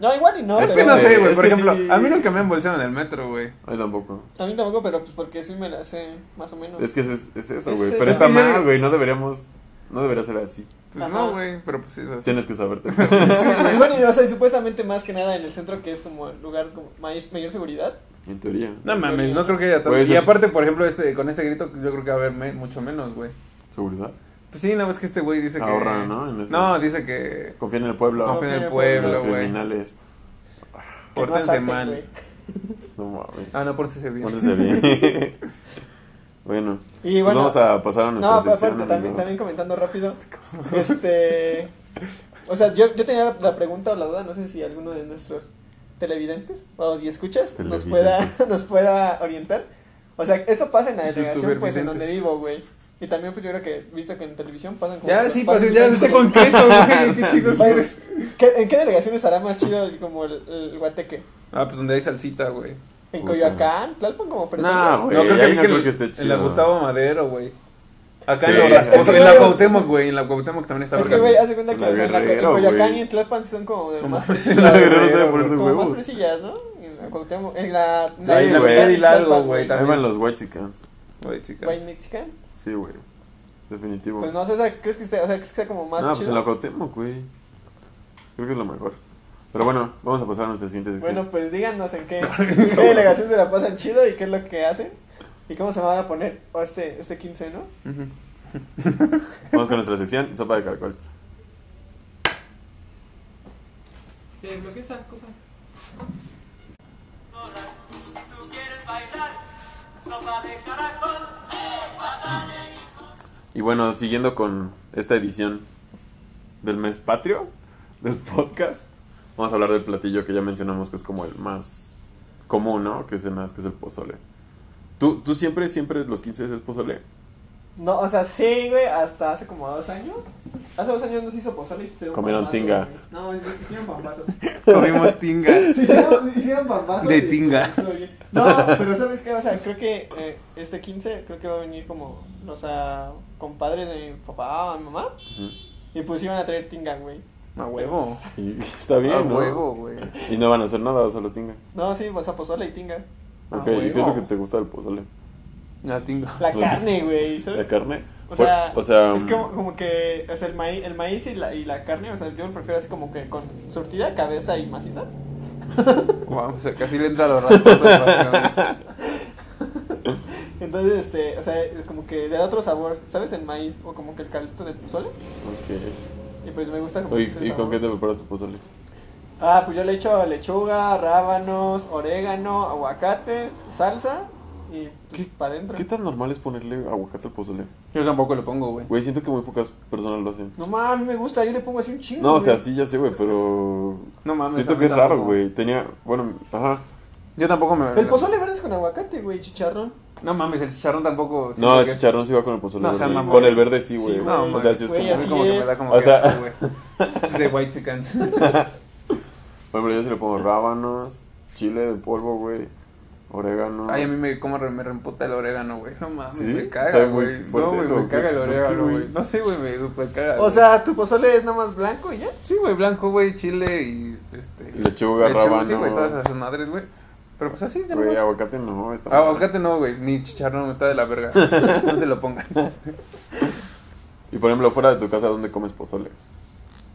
Speaker 2: No, igual y no,
Speaker 3: es que
Speaker 2: pero-
Speaker 3: no sé, güey.
Speaker 1: Es
Speaker 3: Por
Speaker 1: que
Speaker 3: ejemplo,
Speaker 1: sí.
Speaker 3: a mí nunca me han bolseado en el metro, güey.
Speaker 1: Ay, tampoco.
Speaker 2: A mí tampoco, pero pues porque sí me la sé, más o menos.
Speaker 1: Es que es, es eso,
Speaker 2: Es
Speaker 1: güey.
Speaker 2: eso.
Speaker 1: Pero está
Speaker 3: Es que yo-
Speaker 1: mal, güey. No deberíamos. No debería ser así.
Speaker 3: Pues
Speaker 2: Ajá.
Speaker 3: no, güey. Pero pues es así.
Speaker 1: Tienes que saberte.
Speaker 2: Y bueno, y, o sea, y supuestamente más que nada en el centro, que es como el lugar con mayor, mayor seguridad.
Speaker 1: en teoría.
Speaker 3: No mames, no creo que haya tanto.
Speaker 1: Pues
Speaker 3: y
Speaker 1: es-
Speaker 3: aparte, por ejemplo, este, con este grito, yo creo que va a haber me- mucho menos, güey.
Speaker 1: Seguridad.
Speaker 3: Pues sí, nada más que este güey dice que.
Speaker 1: Ahorra, ¿no? En eso.
Speaker 3: No, dice que.
Speaker 1: Confía en el pueblo.
Speaker 3: Confía en el
Speaker 1: en
Speaker 3: pueblo,
Speaker 1: los
Speaker 3: güey.
Speaker 1: criminales.
Speaker 2: Que no
Speaker 3: Pórtense
Speaker 2: asalten,
Speaker 3: mal.
Speaker 2: güey.
Speaker 1: No mames.
Speaker 3: Ah, no, por si se bien.
Speaker 1: Pórtense bien. bueno,
Speaker 2: Y
Speaker 1: pues
Speaker 2: bueno,
Speaker 1: vamos a pasar a nuestra
Speaker 2: No, pero
Speaker 1: sección.
Speaker 2: aparte,
Speaker 1: amigo.
Speaker 2: también, también comentando rápido. Este. O sea, yo, yo tenía la pregunta o la duda, no sé si alguno de nuestros televidentes o y escuchas nos pueda,
Speaker 1: Televidentes.
Speaker 2: nos pueda orientar. O sea, esto pasa en la
Speaker 3: Youtuber
Speaker 2: delegación, pues en donde
Speaker 3: videntes.
Speaker 2: vivo, güey. Y también, pues yo creo que, visto que en televisión pasan como.
Speaker 3: Ya, sí,
Speaker 2: pasan
Speaker 3: pues ya
Speaker 2: diferentes-
Speaker 3: sé concreto, güey. ¿Qué chicos
Speaker 2: Oye,
Speaker 3: eres?
Speaker 2: ¿qué- ¿En qué delegación estará más chido el- como el, el guateque?
Speaker 3: Ah, pues donde hay salsita, güey.
Speaker 2: ¿En
Speaker 1: Puta.
Speaker 2: Coyoacán? ¿Tlalpan como
Speaker 1: Nah,
Speaker 2: personas?
Speaker 1: güey. ahí no creo que esté
Speaker 3: En la
Speaker 1: chido.
Speaker 3: Gustavo Madero, güey. Acá
Speaker 1: Sí,
Speaker 3: en, los
Speaker 1: sí,
Speaker 3: rasposos,
Speaker 2: sí.
Speaker 3: en la
Speaker 2: Sí,
Speaker 3: Cuauhtémoc, güey. En la Cuauhtémoc también está
Speaker 2: Es que,
Speaker 3: vergas.
Speaker 2: güey, hace cuenta que
Speaker 1: La
Speaker 2: o sea, en la- en
Speaker 1: Guerrero,
Speaker 2: Coyoacán
Speaker 1: güey.
Speaker 2: y en Tlalpan sí son como de
Speaker 3: No
Speaker 2: más
Speaker 3: mames,
Speaker 1: La guerrera se
Speaker 3: Pero,
Speaker 1: pone de
Speaker 3: pero,
Speaker 2: Como más
Speaker 1: huevos.
Speaker 2: fresillas, ¿no? En la Cuauhtémoc, en la...
Speaker 3: Sí,
Speaker 1: ahí la
Speaker 2: Tlalpan,
Speaker 3: Miguel Hidalgo,
Speaker 2: Tlalpan,
Speaker 3: güey,
Speaker 1: Ahí
Speaker 3: también.
Speaker 1: van los Whitexicans.
Speaker 3: Güey, chicas.
Speaker 2: White Mexican.
Speaker 1: Sí, güey. Definitivo.
Speaker 2: Pues no, o sea, ¿crees que, esté, o sea, ¿crees que sea como más
Speaker 1: no, pues en
Speaker 2: chido?
Speaker 1: la Cuauhtémoc, güey. Creo que es lo mejor. Pero bueno, vamos a pasar a nuestra siguiente sección.
Speaker 2: Bueno, pues díganos en qué, en qué delegación se la pasan chido y qué es lo que hacen. ¿Y cómo se van a poner? O este, este 15, ¿no?
Speaker 1: Ujú. vamos con nuestra sección, sopa de caracol.
Speaker 4: Se desbloquea esa cosa.
Speaker 5: tú quieres bailar, sopa de caracol,
Speaker 1: Y bueno, siguiendo con esta edición del mes patrio del podcast, vamos a hablar del platillo que ya mencionamos que es como el más común, ¿no? Que se que es el pozole. ¿Tú, tú siempre, siempre los 15 es pozole?
Speaker 2: No, o sea, sí, güey, hasta hace como dos años. Hace dos años nos hizo pozole y se hicieron
Speaker 1: Comieron
Speaker 2: pambazos,
Speaker 1: tinga.
Speaker 2: güey. No, hicieron pambazos.
Speaker 3: Comimos tinga.
Speaker 2: Se hicieron, se hicieron pambazos.
Speaker 3: De
Speaker 2: y-
Speaker 3: tinga.
Speaker 2: No, pero ¿sabes qué? O sea, creo que eh, este 15 creo que va a venir como, o sea, compadres de mi papá o mi mamá.
Speaker 1: Ujú.
Speaker 2: Y pues iban a traer tinga, güey.
Speaker 3: A huevo.
Speaker 1: Y y está bien,
Speaker 3: A
Speaker 1: ¿no?
Speaker 3: huevo, güey.
Speaker 1: Y no van a hacer nada, solo tinga.
Speaker 2: No, sí, o sea, pozole y tinga.
Speaker 3: A
Speaker 1: Ok, ¿y qué es
Speaker 3: huevo.
Speaker 1: lo que te gusta del pozole?
Speaker 3: La tinga.
Speaker 2: La carne, güey, ¿sabes?
Speaker 1: Pues, ¿La carne?
Speaker 2: O
Speaker 1: Fue-
Speaker 2: sea,
Speaker 1: o sea, mm,
Speaker 2: es como, como que o sea, el, maíz, el maíz y la, y la carne, o sea, yo lo prefiero así como que con surtida, cabeza y maciza.
Speaker 3: Vamos, casi le entra a los rasposos. básicamente.
Speaker 2: Entonces, este, o sea, es como que le da otro sabor, ¿sabes? El maíz o como que el caldito del pozole.
Speaker 1: ok.
Speaker 2: Y pues me gusta como que ese
Speaker 1: Oye, ¿Y con
Speaker 2: sabor.
Speaker 1: qué te preparas tu pozole?
Speaker 2: Ah, pues yo le echo lechuga, rábanos, orégano, aguacate, salsa y pues,
Speaker 1: ¿Qué-
Speaker 2: para adentro.
Speaker 1: ¿Qué tan normal es ponerle aguacate al pozole?
Speaker 3: Yo tampoco lo pongo, güey.
Speaker 1: Güey, siento que muy pocas personas lo hacen.
Speaker 2: No mames, a mí me gusta, yo le pongo así un chingo.
Speaker 1: No, o sea,
Speaker 2: güey.
Speaker 1: sí, ya sé, güey, pero...
Speaker 3: No mames. a
Speaker 1: Siento
Speaker 3: mí
Speaker 1: que es
Speaker 3: tampoco.
Speaker 1: raro, güey. Tenía, bueno, ajá.
Speaker 3: Yo tampoco me.
Speaker 2: El pozole verde es con aguacate, güey, chicharrón.
Speaker 3: No mames, el chicharrón tampoco. siento
Speaker 1: No, el
Speaker 3: que-
Speaker 1: chicharrón sí va con el pozole.
Speaker 3: No,
Speaker 1: verde.
Speaker 3: sean mamones.
Speaker 1: con el verde sí, güey.
Speaker 2: Sí,
Speaker 3: No,
Speaker 1: o sea,
Speaker 3: mames,
Speaker 1: sí es
Speaker 2: güey,
Speaker 1: como...
Speaker 3: a mí
Speaker 2: así
Speaker 3: como que me
Speaker 2: es.
Speaker 3: da como
Speaker 1: O
Speaker 3: que
Speaker 1: sea-
Speaker 3: asco, güey. De white chickens.
Speaker 1: Por ejemplo, yo sí le pongo rábanos, chile de polvo, güey, orégano.
Speaker 3: Ay, a mí me, como re- me reemputa el orégano, güey. No mames,
Speaker 1: ¿Sí?
Speaker 3: me
Speaker 1: Sabe
Speaker 3: caga,
Speaker 1: muy
Speaker 3: güey.
Speaker 1: fuerte,
Speaker 3: No, güey,
Speaker 1: ¿no?
Speaker 3: me caga el
Speaker 1: ¿No? ¿Qué,
Speaker 3: orégano,
Speaker 1: güey?
Speaker 3: güey. No sé, güey, me super caga.
Speaker 2: O
Speaker 3: güey.
Speaker 2: sea, tu pozole es nada más blanco y ya.
Speaker 3: sí, güey, blanco, güey, chile y este.
Speaker 1: Lechuga,
Speaker 3: Sí,
Speaker 1: rábano.
Speaker 3: güey, todas esas madres, güey. Pero pues así, ya
Speaker 1: Güey,
Speaker 3: nomás. Ah,
Speaker 1: aguacate no, está mal.
Speaker 3: Aguacate no, güey, ni chicharrón, está de la verga. No se lo pongan.
Speaker 1: Y por ejemplo, fuera de tu casa, ¿dónde comes pozole?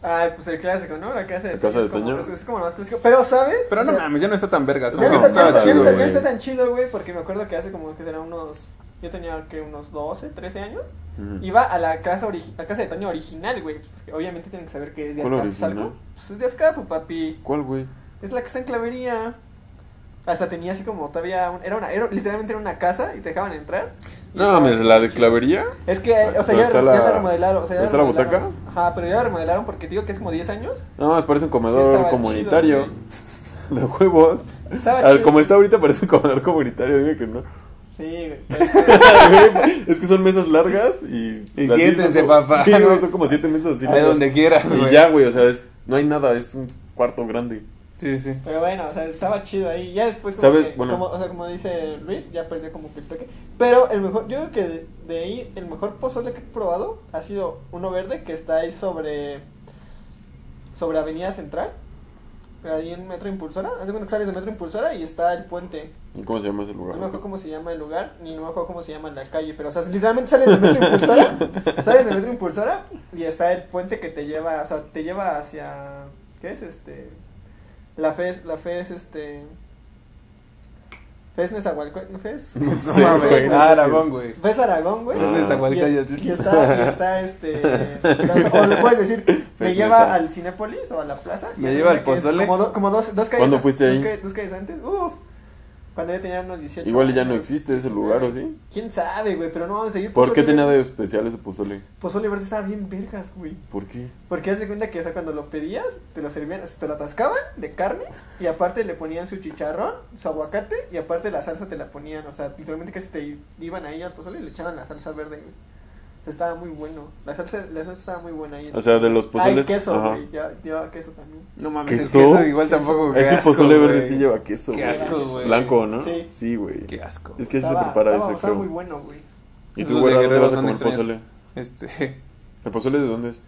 Speaker 2: Ay, pues el clásico, ¿no? La casa de
Speaker 1: La casa de
Speaker 2: es como-
Speaker 1: Toño.
Speaker 2: Es, es como lo más clásico. Pero, ¿sabes?
Speaker 3: Pero no
Speaker 2: O sea,
Speaker 3: mames, ya no está tan verga.
Speaker 2: Ya no,
Speaker 1: No,
Speaker 2: está,
Speaker 1: está
Speaker 2: tan, chido,
Speaker 1: chido,
Speaker 2: ya no
Speaker 1: güey.
Speaker 2: está tan chido, güey, porque me acuerdo que hace como que será unos... Yo tenía que unos 12, 13 años.
Speaker 1: Ujú.
Speaker 2: Iba a la casa, ori- la casa de Toño original, güey. porque Obviamente tienen que saber que es de
Speaker 1: ¿Cuál
Speaker 2: Azcapotzalco.
Speaker 1: original?
Speaker 2: Pues es de Azcapo, papi.
Speaker 1: ¿Cuál, güey?
Speaker 2: Es la que está en Clavería. Hasta tenía así como todavía... un- era una, era- literalmente era una casa y te dejaban entrar. Y
Speaker 1: No
Speaker 2: estaba-
Speaker 1: mames, la de clavería.
Speaker 2: Es que, o sea,
Speaker 1: ¿Dónde
Speaker 2: ya,
Speaker 1: está
Speaker 2: ya
Speaker 1: la-
Speaker 2: la remodelaron. O sea, ya
Speaker 1: dónde está la
Speaker 2: remodelaron. Ajá, pero ya la remodelaron porque te digo que es como 10 años.
Speaker 1: Nada más parece un
Speaker 2: Sí,
Speaker 1: comedor
Speaker 2: estaba
Speaker 1: comunitario.
Speaker 2: chido,
Speaker 1: de huevos.
Speaker 2: Estaba
Speaker 1: Al-
Speaker 2: chido.
Speaker 1: como está ahorita, parece un comedor comunitario. Dime que no.
Speaker 2: Sí, güey. pero-
Speaker 1: es que son mesas largas y.
Speaker 3: Y
Speaker 1: así
Speaker 3: siéntense,
Speaker 1: son como-
Speaker 3: papá.
Speaker 1: Sí, güey, son como siete mesas así.
Speaker 3: De donde quieras,
Speaker 1: Y
Speaker 3: güey.
Speaker 1: ya, güey, o sea, es- no hay nada, es un cuarto grande.
Speaker 3: Sí, sí.
Speaker 2: Pero bueno, o sea, estaba chido ahí. Ya después, como,
Speaker 1: ¿Sabes?
Speaker 2: que-
Speaker 1: Bueno.
Speaker 2: como- o sea, como dice Luis, ya perdió como que el toque. Pero el mejor, yo creo que de, de ahí, el mejor pozole que he probado ha sido uno verde que está ahí sobre. sobre Avenida Central. Ahí en Metro Impulsora. Hace cuenta que sales de Metro Impulsora y está el puente.
Speaker 1: ¿Y cómo se llama ese
Speaker 2: No
Speaker 1: lugar?
Speaker 2: me acuerdo cómo se llama el lugar, ni no me acuerdo cómo se llama la calle, pero o sea, literalmente sales de Metro Impulsora, sales de Metro Impulsora y está el puente que te lleva, o sea, te lleva hacia ¿qué es este? La FES, la FES este FES Nezahualcóyotl, ¿no FES?
Speaker 1: No
Speaker 3: No
Speaker 1: Sí,
Speaker 3: mames,
Speaker 1: güey.
Speaker 3: ah, Aragón, güey.
Speaker 2: FES Aragón, güey.
Speaker 1: FES
Speaker 2: Y es-
Speaker 3: Nezahualcóyotl.
Speaker 2: Y, está, y está este o le puedes decir, me
Speaker 1: FES
Speaker 2: lleva
Speaker 1: Neza.
Speaker 2: al Cinépolis o a la plaza.
Speaker 3: Me
Speaker 2: Y
Speaker 3: lleva
Speaker 2: es
Speaker 3: al
Speaker 2: que es
Speaker 3: pozole.
Speaker 2: Como, do- como dos, dos calles.
Speaker 1: ¿Cuándo fuiste
Speaker 2: dos
Speaker 1: ahí?
Speaker 2: calles- Dos calles antes. Uf. Cuando yo tenía unos 18.
Speaker 1: Igual ya no
Speaker 2: años.
Speaker 1: existe ese lugar, ¿o sí?
Speaker 2: ¿Quién sabe, güey? Pero no vamos a seguir.
Speaker 1: ¿Por qué tenía de especial ese pozole?
Speaker 2: Pozole verde estaba bien vergas, güey.
Speaker 1: ¿Por qué?
Speaker 2: Porque haz de cuenta que, o sea, cuando lo pedías, te lo servían, o sea, te lo atascaban de carne y aparte le ponían su chicharrón, su aguacate y aparte la salsa te la ponían. O sea, literalmente casi te iban ahí al pozole y le echaban la salsa verde, güey. O sea, estaba muy bueno. La salsa, la salsa estaba muy buena ahí.
Speaker 1: O sea, de los
Speaker 2: Ay,
Speaker 1: pozoles.
Speaker 2: queso,
Speaker 1: ajá.
Speaker 2: güey. Lleva, lleva queso también.
Speaker 3: No mames, el
Speaker 1: ¿Queso?
Speaker 3: queso igual
Speaker 2: Queso.
Speaker 3: tampoco.
Speaker 1: Es que
Speaker 3: qué
Speaker 1: el pozole
Speaker 3: asco,
Speaker 1: verde
Speaker 3: güey.
Speaker 1: sí lleva queso,
Speaker 3: Qué
Speaker 1: güey.
Speaker 3: asco, güey.
Speaker 1: Blanco, ¿no?
Speaker 2: Sí.
Speaker 1: Sí, güey.
Speaker 3: Qué asco.
Speaker 1: Es que así se
Speaker 2: estaba,
Speaker 1: prepara
Speaker 2: estaba,
Speaker 1: ese,
Speaker 2: estaba
Speaker 1: creo.
Speaker 2: muy bueno, güey.
Speaker 1: ¿Y
Speaker 3: Esos
Speaker 1: tú, güey,
Speaker 3: de
Speaker 1: dónde
Speaker 3: Guerrero
Speaker 1: vas a
Speaker 3: son
Speaker 1: comer
Speaker 3: extraños.
Speaker 1: pozole?
Speaker 3: Este.
Speaker 1: ¿El pozole de dónde es?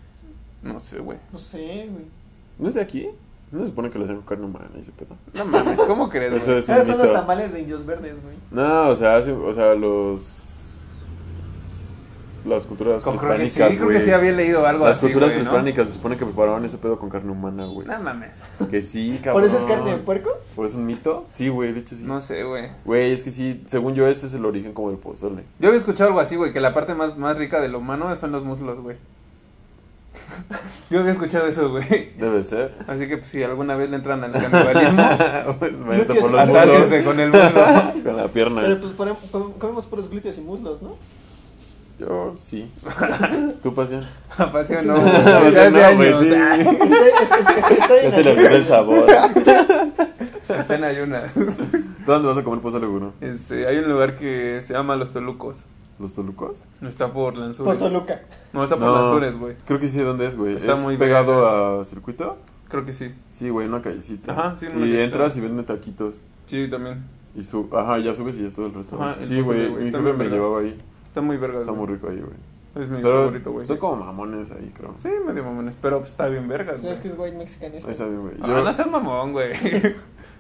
Speaker 3: No sé, güey.
Speaker 2: No sé, güey.
Speaker 1: ¿No es de aquí? ¿No se supone que lo hacen con carne humana y ese pedo?
Speaker 3: No mames, ¿cómo crees,
Speaker 1: Eso
Speaker 3: güey?
Speaker 1: es un
Speaker 2: Esos son los
Speaker 1: mito.
Speaker 2: tamales de indios verdes, güey.
Speaker 1: No, o sea, hace, o sea, los las culturas
Speaker 3: Con- creo que
Speaker 1: prehispánicas,
Speaker 3: sí, creo que
Speaker 1: güey.
Speaker 3: sí había leído algo
Speaker 1: Las
Speaker 3: así,
Speaker 1: culturas
Speaker 3: güey, ¿no?
Speaker 1: prehispánicas se supone que preparaban ese pedo con carne humana, güey.
Speaker 3: No mames.
Speaker 1: Que sí, cabrón.
Speaker 2: ¿Por eso es carne de puerco?
Speaker 1: ¿Por eso es un mito? Sí, güey, de hecho sí.
Speaker 3: No sé, güey.
Speaker 1: Güey, es que sí, según yo ese es el origen como del pozole.
Speaker 3: Yo había escuchado algo así, güey, que la parte más, más rica del humano son los muslos, güey. Yo había escuchado eso, güey.
Speaker 1: Debe ser.
Speaker 3: Así que pues, si alguna vez le entran al canibalismo,
Speaker 1: pues váyanse
Speaker 2: que
Speaker 1: por
Speaker 2: sí.
Speaker 1: los muslos.
Speaker 3: atáquense con el muslo.
Speaker 1: Con la
Speaker 2: Pero
Speaker 1: pierna.
Speaker 2: pues pone- com- comemos puros glúteos y muslos, ¿no?
Speaker 1: Yo sí. ¿Tu pasión?
Speaker 3: Aparte, no, güey.
Speaker 1: Pasión,
Speaker 3: Desde hace
Speaker 1: no, güey,
Speaker 3: años.
Speaker 1: sí.
Speaker 2: Estoy, estoy- estoy- estoy
Speaker 1: Ya
Speaker 2: en
Speaker 1: se le olvidó el sabor.
Speaker 3: ah, está en ayunas.
Speaker 1: ¿Dónde vas a comer pozole, güey?
Speaker 3: Este, hay un lugar que se llama Los Tolucos.
Speaker 1: ¿Los Tolucos?
Speaker 3: No está por
Speaker 2: Por
Speaker 3: Lanzures.
Speaker 2: Toluca.
Speaker 3: no, está por
Speaker 1: No.
Speaker 3: Lanzures, güey.
Speaker 1: Creo que sí, ¿dónde es, güey?
Speaker 3: Está
Speaker 1: ¿Es
Speaker 3: muy
Speaker 1: pegado
Speaker 3: vergas.
Speaker 1: a circuito?
Speaker 3: Creo que sí.
Speaker 1: Sí, güey, una callecita.
Speaker 3: Ajá, sí, en
Speaker 1: Y
Speaker 3: una callecita.
Speaker 1: entras y venden taquitos.
Speaker 3: Sí, también.
Speaker 1: Y su... Ajá, ya subes y ya es todo el restaurante.
Speaker 3: Ajá, el
Speaker 1: sí,
Speaker 3: pozole,
Speaker 1: güey,
Speaker 3: güey,
Speaker 1: mi
Speaker 3: está
Speaker 1: jefe
Speaker 3: bien
Speaker 1: me
Speaker 3: vergas.
Speaker 1: llevaba ahí.
Speaker 3: Está muy verga.
Speaker 1: Está muy rico ahí, güey.
Speaker 3: Es mi
Speaker 1: Pero
Speaker 3: favorito, güey.
Speaker 1: son como mamones ahí, creo.
Speaker 3: Sí, medio mamones, pero pues, está bien vergas, güey.
Speaker 2: ¿Sabes que es white mexican
Speaker 1: Ahí está
Speaker 2: este?
Speaker 1: bien, güey.
Speaker 3: Ah,
Speaker 1: Yo,
Speaker 3: no seas mamón, güey.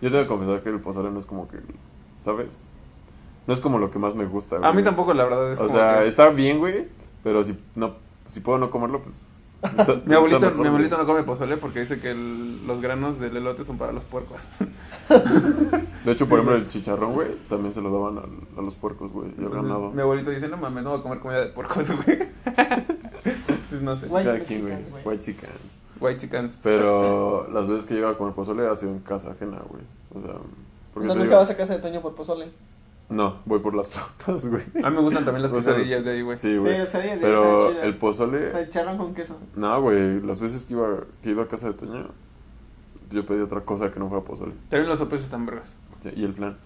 Speaker 1: yo tengo que confesar que el pozole no es como que... ¿Sabes? No es como lo que más me gusta, güey.
Speaker 3: A mí tampoco, la verdad, es
Speaker 1: O
Speaker 3: como
Speaker 1: sea,
Speaker 3: que-
Speaker 1: está bien, güey, pero si no si puedo no comerlo, pues... está-
Speaker 3: Mi
Speaker 1: está
Speaker 3: abuelito,
Speaker 1: mejor,
Speaker 3: mi abuelito
Speaker 1: güey.
Speaker 3: no come pozole porque dice que el- los granos del elote son para los puercos.
Speaker 1: De hecho, por ejemplo, el chicharrón, güey, también se lo daban al- a, los puercos, güey, y al
Speaker 3: Entonces,
Speaker 1: ganado.
Speaker 3: mi abuelito dice, no mames, no voy a comer comida de puercos, güey. Pues no sé.
Speaker 2: Guay.
Speaker 1: Cada quien, güey.
Speaker 2: Mexicans, güey.
Speaker 1: White chickens.
Speaker 3: White chickens.
Speaker 1: Pero las veces que llego a comer pozole ha sido en casa ajena, güey. O sea,
Speaker 2: O
Speaker 1: porque
Speaker 2: sea,
Speaker 1: te
Speaker 2: nunca
Speaker 1: digo-
Speaker 2: vas a casa de Toño por pozole.
Speaker 1: No, voy por las flautas, güey.
Speaker 3: A mí me gustan también las
Speaker 1: Me gustan las-
Speaker 3: quesadillas de ahí, güey.
Speaker 1: Sí,
Speaker 2: Sí,
Speaker 1: güey.
Speaker 2: las quesadillas de ahí están
Speaker 1: Pero
Speaker 2: chidas.
Speaker 1: el pozole...
Speaker 2: El charrón con queso.
Speaker 1: No, güey, las veces que iba que he ido a casa de Toño, yo pedí otra cosa que no fuera pozole.
Speaker 3: También los sopes están vergas.
Speaker 1: Y el flan.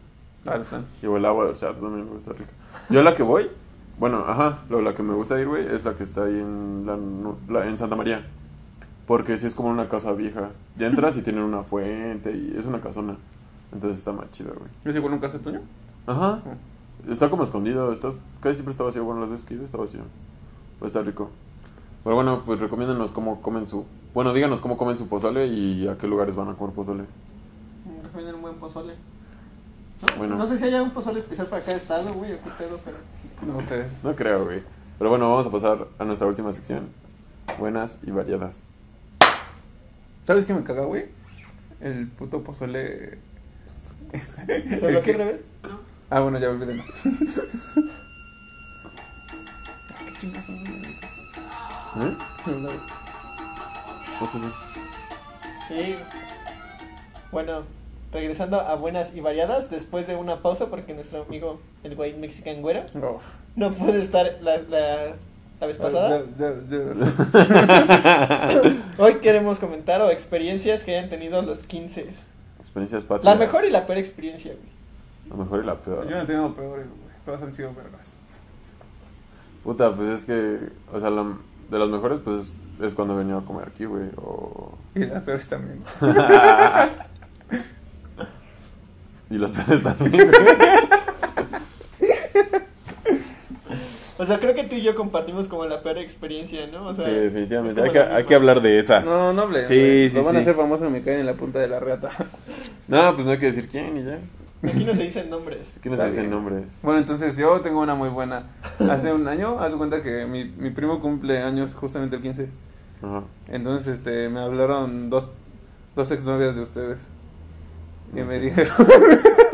Speaker 3: Ah, están.
Speaker 1: Y el agua del chat también me gusta rica. Yo la que voy, bueno, ajá, lo, la que me gusta ir, güey, es la que está ahí en, la, nu- la- en Santa María. Porque sí es como una casa vieja. Ya entras y tienen una fuente y es una casona. Entonces está más chida, güey.
Speaker 3: ¿Yo sé con un caso tuyo?
Speaker 1: Ajá. Está como escondido, estás, casi siempre está vacío. Bueno, las veces que he ido está vacío. Pero está rico. Pero bueno, pues recomiéndanos cómo comen su... Bueno, díganos cómo comen su pozole y a qué lugares van a comer pozole.
Speaker 2: Mm, Recomiendan un buen pozole.
Speaker 1: Bueno.
Speaker 2: No sé si haya un pozole especial para cada estado, güey, o qué pedo, pero.
Speaker 3: No sé.
Speaker 1: No creo, güey. Pero bueno, vamos a pasar a nuestra última sección. Buenas y variadas.
Speaker 3: ¿Sabes qué me caga, güey? El puto pozole...
Speaker 2: ¿Se bloquea al revés?
Speaker 3: Ah, bueno, ya olvídenlo.
Speaker 1: ¿Eh? Pues que sí.
Speaker 2: Sí. Bueno, regresando a buenas y variadas, después de una pausa, porque nuestro amigo, el güey mexican güero,
Speaker 3: Oh.
Speaker 2: no pudo estar la, la, la vez pasada.
Speaker 3: Ya, ya, ya.
Speaker 2: Hoy queremos comentar o experiencias que hayan tenido los 15.
Speaker 1: Experiencias patrias.
Speaker 2: La mejor y la peor experiencia, güey.
Speaker 1: La mejor y la peor.
Speaker 3: Yo no he tenido peores, güey. Todas han sido vergas.
Speaker 1: Puta, pues es que, o sea, la- de las mejores, pues es, es cuando he venido a comer aquí, güey. O...
Speaker 3: Y las peores también.
Speaker 1: y las peores también. güey.
Speaker 2: O sea, creo que tú y yo compartimos como la peor experiencia, ¿no? O sea,
Speaker 1: sí, definitivamente.
Speaker 2: es
Speaker 1: Hay
Speaker 2: como
Speaker 1: que,
Speaker 2: la misma.
Speaker 1: hay que hablar de esa. No.
Speaker 3: No, no hables.
Speaker 1: Sí,
Speaker 3: güey.
Speaker 1: sí,
Speaker 3: Lo van a
Speaker 1: sí.
Speaker 3: hacer famoso y me caen en la punta de la reata.
Speaker 1: pues no hay que decir quién y ya.
Speaker 2: Aquí no se dicen nombres.
Speaker 1: Aquí nos
Speaker 3: Está
Speaker 1: dicen
Speaker 3: bien.
Speaker 1: nombres.
Speaker 3: Bueno, entonces yo tengo una muy buena. Hace un año, haz de cuenta que mi, mi primo cumple años justamente el 15.
Speaker 1: Ajá.
Speaker 3: Entonces, este, me hablaron dos, dos exnovias de ustedes. Y me dijeron...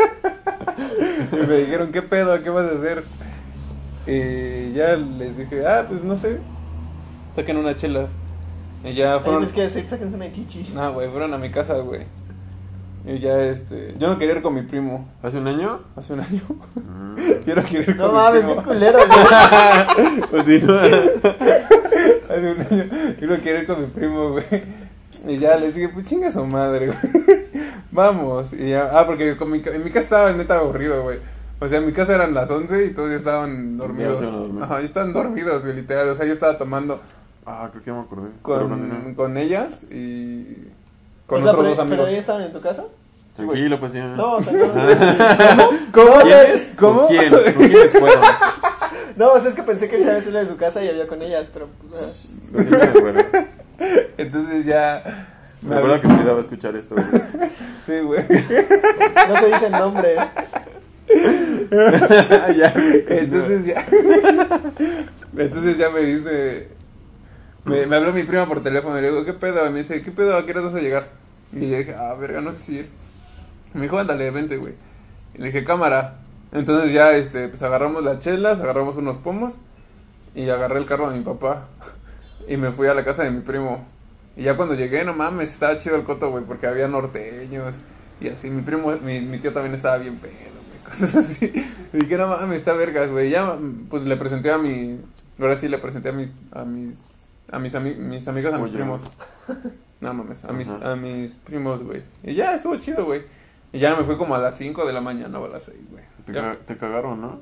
Speaker 3: y me dijeron, ¿qué pedo? ¿Qué vas a hacer? Y ya les dije, ah, pues no sé. Saquen unas chelas. Y ya fueron...
Speaker 2: Tienes que decir, saquen una chichi.
Speaker 3: No, güey, fueron a mi casa, güey. Y ya, este... Yo no quería ir con mi primo
Speaker 1: ¿Hace un año?
Speaker 3: hace un año.
Speaker 1: Mm.
Speaker 3: Yo no quería ir
Speaker 2: No
Speaker 3: con
Speaker 2: mames,
Speaker 3: mi
Speaker 2: qué
Speaker 3: primo.
Speaker 2: culero, güey.
Speaker 1: Continúa.
Speaker 3: Hace un año. Yo no quería ir con mi primo, güey. Y ya les dije, pues chinga su madre, güey. Vamos. Y ya, ah, porque con mi ca- en mi casa estaba neta aburrido, güey. O sea, en mi casa eran las 11 y todos ya estaban dormidos.
Speaker 1: Ya estaban dormidos.
Speaker 3: Ajá, ya estaban dormidos, güey, literal. O sea, yo estaba tomando
Speaker 1: Ah, creo que ya me acordé. Pero
Speaker 3: con,
Speaker 1: continúa.
Speaker 3: con ellas y con
Speaker 2: O sea,
Speaker 3: otros
Speaker 2: pero,
Speaker 3: dos
Speaker 2: pero
Speaker 3: amigos.
Speaker 2: ellos estaban en tu casa.
Speaker 1: Tranquilo, pues ya.
Speaker 2: No, o sea, no.
Speaker 3: ¿Cómo?
Speaker 2: ¿Quién
Speaker 3: ¿Sabes? ¿Cómo?
Speaker 1: ¿Con quién? ¿Con quiénes fueron?
Speaker 2: No, o sea, es que pensé que él sabía salir de su casa y había con ellas, pero. pues,
Speaker 1: Con quiénes fueron.
Speaker 3: Entonces ya.
Speaker 1: Me acuerdo que me a escuchar esto. güey.
Speaker 3: Sí, güey.
Speaker 2: ah, no se dicen nombres.
Speaker 3: Ya, entonces ya. Entonces ya me dice. Me, me habló mi prima por teléfono y le digo, ¿qué pedo? Y me dice, ¿qué pedo? ¿A qué hora vas a llegar? Y yo dije, ah, verga, no sé si ir. Me dijo, ándale, vente, güey. Y le dije, cámara. Entonces ya, este, pues agarramos las chelas, agarramos unos pomos. Y agarré el carro de mi papá. Y me fui a la casa de mi primo. Y ya cuando llegué, no mames, estaba chido el coto, güey, porque había norteños. Y así, mi primo, mi, mi tío también estaba bien pedo, güey, cosas así. Y dije, no mames, está vergas, güey. Ya, pues le presenté a mi. Ahora sí le presenté a mis. A mis. A mis, ami- mis amigos, a mis
Speaker 1: Oye.
Speaker 3: primos. No mames, a mis,
Speaker 1: Ajá.
Speaker 3: a mis primos, güey. Y ya, estuvo chido, güey. Y ya me fui como a las 5 de la mañana o a las 6, güey.
Speaker 1: Te,
Speaker 3: Ya.
Speaker 1: ca- te cagaron, ¿no?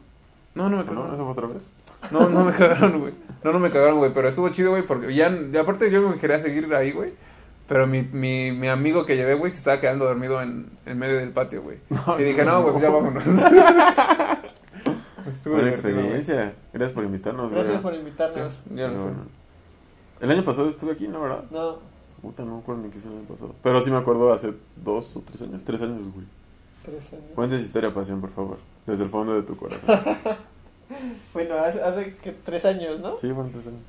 Speaker 3: No, no me
Speaker 1: ¿No? ¿Eso
Speaker 3: cagaron.
Speaker 1: fue otra vez?
Speaker 3: No, no me cagaron, güey. No, no me cagaron, güey. Pero estuvo chido, güey, porque ya. y aparte, yo me quería seguir ahí, güey. Pero mi, mi, mi amigo que llevé, güey, se estaba quedando dormido en, en medio del patio, güey.
Speaker 1: No,
Speaker 3: y dije, no, güey, pues
Speaker 1: no.
Speaker 3: ya vámonos. Estuvo
Speaker 1: Buena
Speaker 3: divertido,
Speaker 1: experiencia. Gracias por invitarnos, güey.
Speaker 2: Gracias por
Speaker 3: güey.
Speaker 2: invitarnos.
Speaker 3: Sí, ya lo
Speaker 1: Pero
Speaker 3: sé.
Speaker 1: bueno. El año pasado estuve aquí, ¿no, verdad?
Speaker 2: No,
Speaker 1: Puta, no me acuerdo ni qué hice el año pasado. Pero sí me acuerdo hace dos o tres años. Tres años, güey.
Speaker 2: tres años.
Speaker 1: Cuéntanos historia, pasión, por favor. Desde el fondo de tu corazón.
Speaker 2: Bueno, hace, hace que tres años, ¿no?
Speaker 1: Sí, fueron tres años.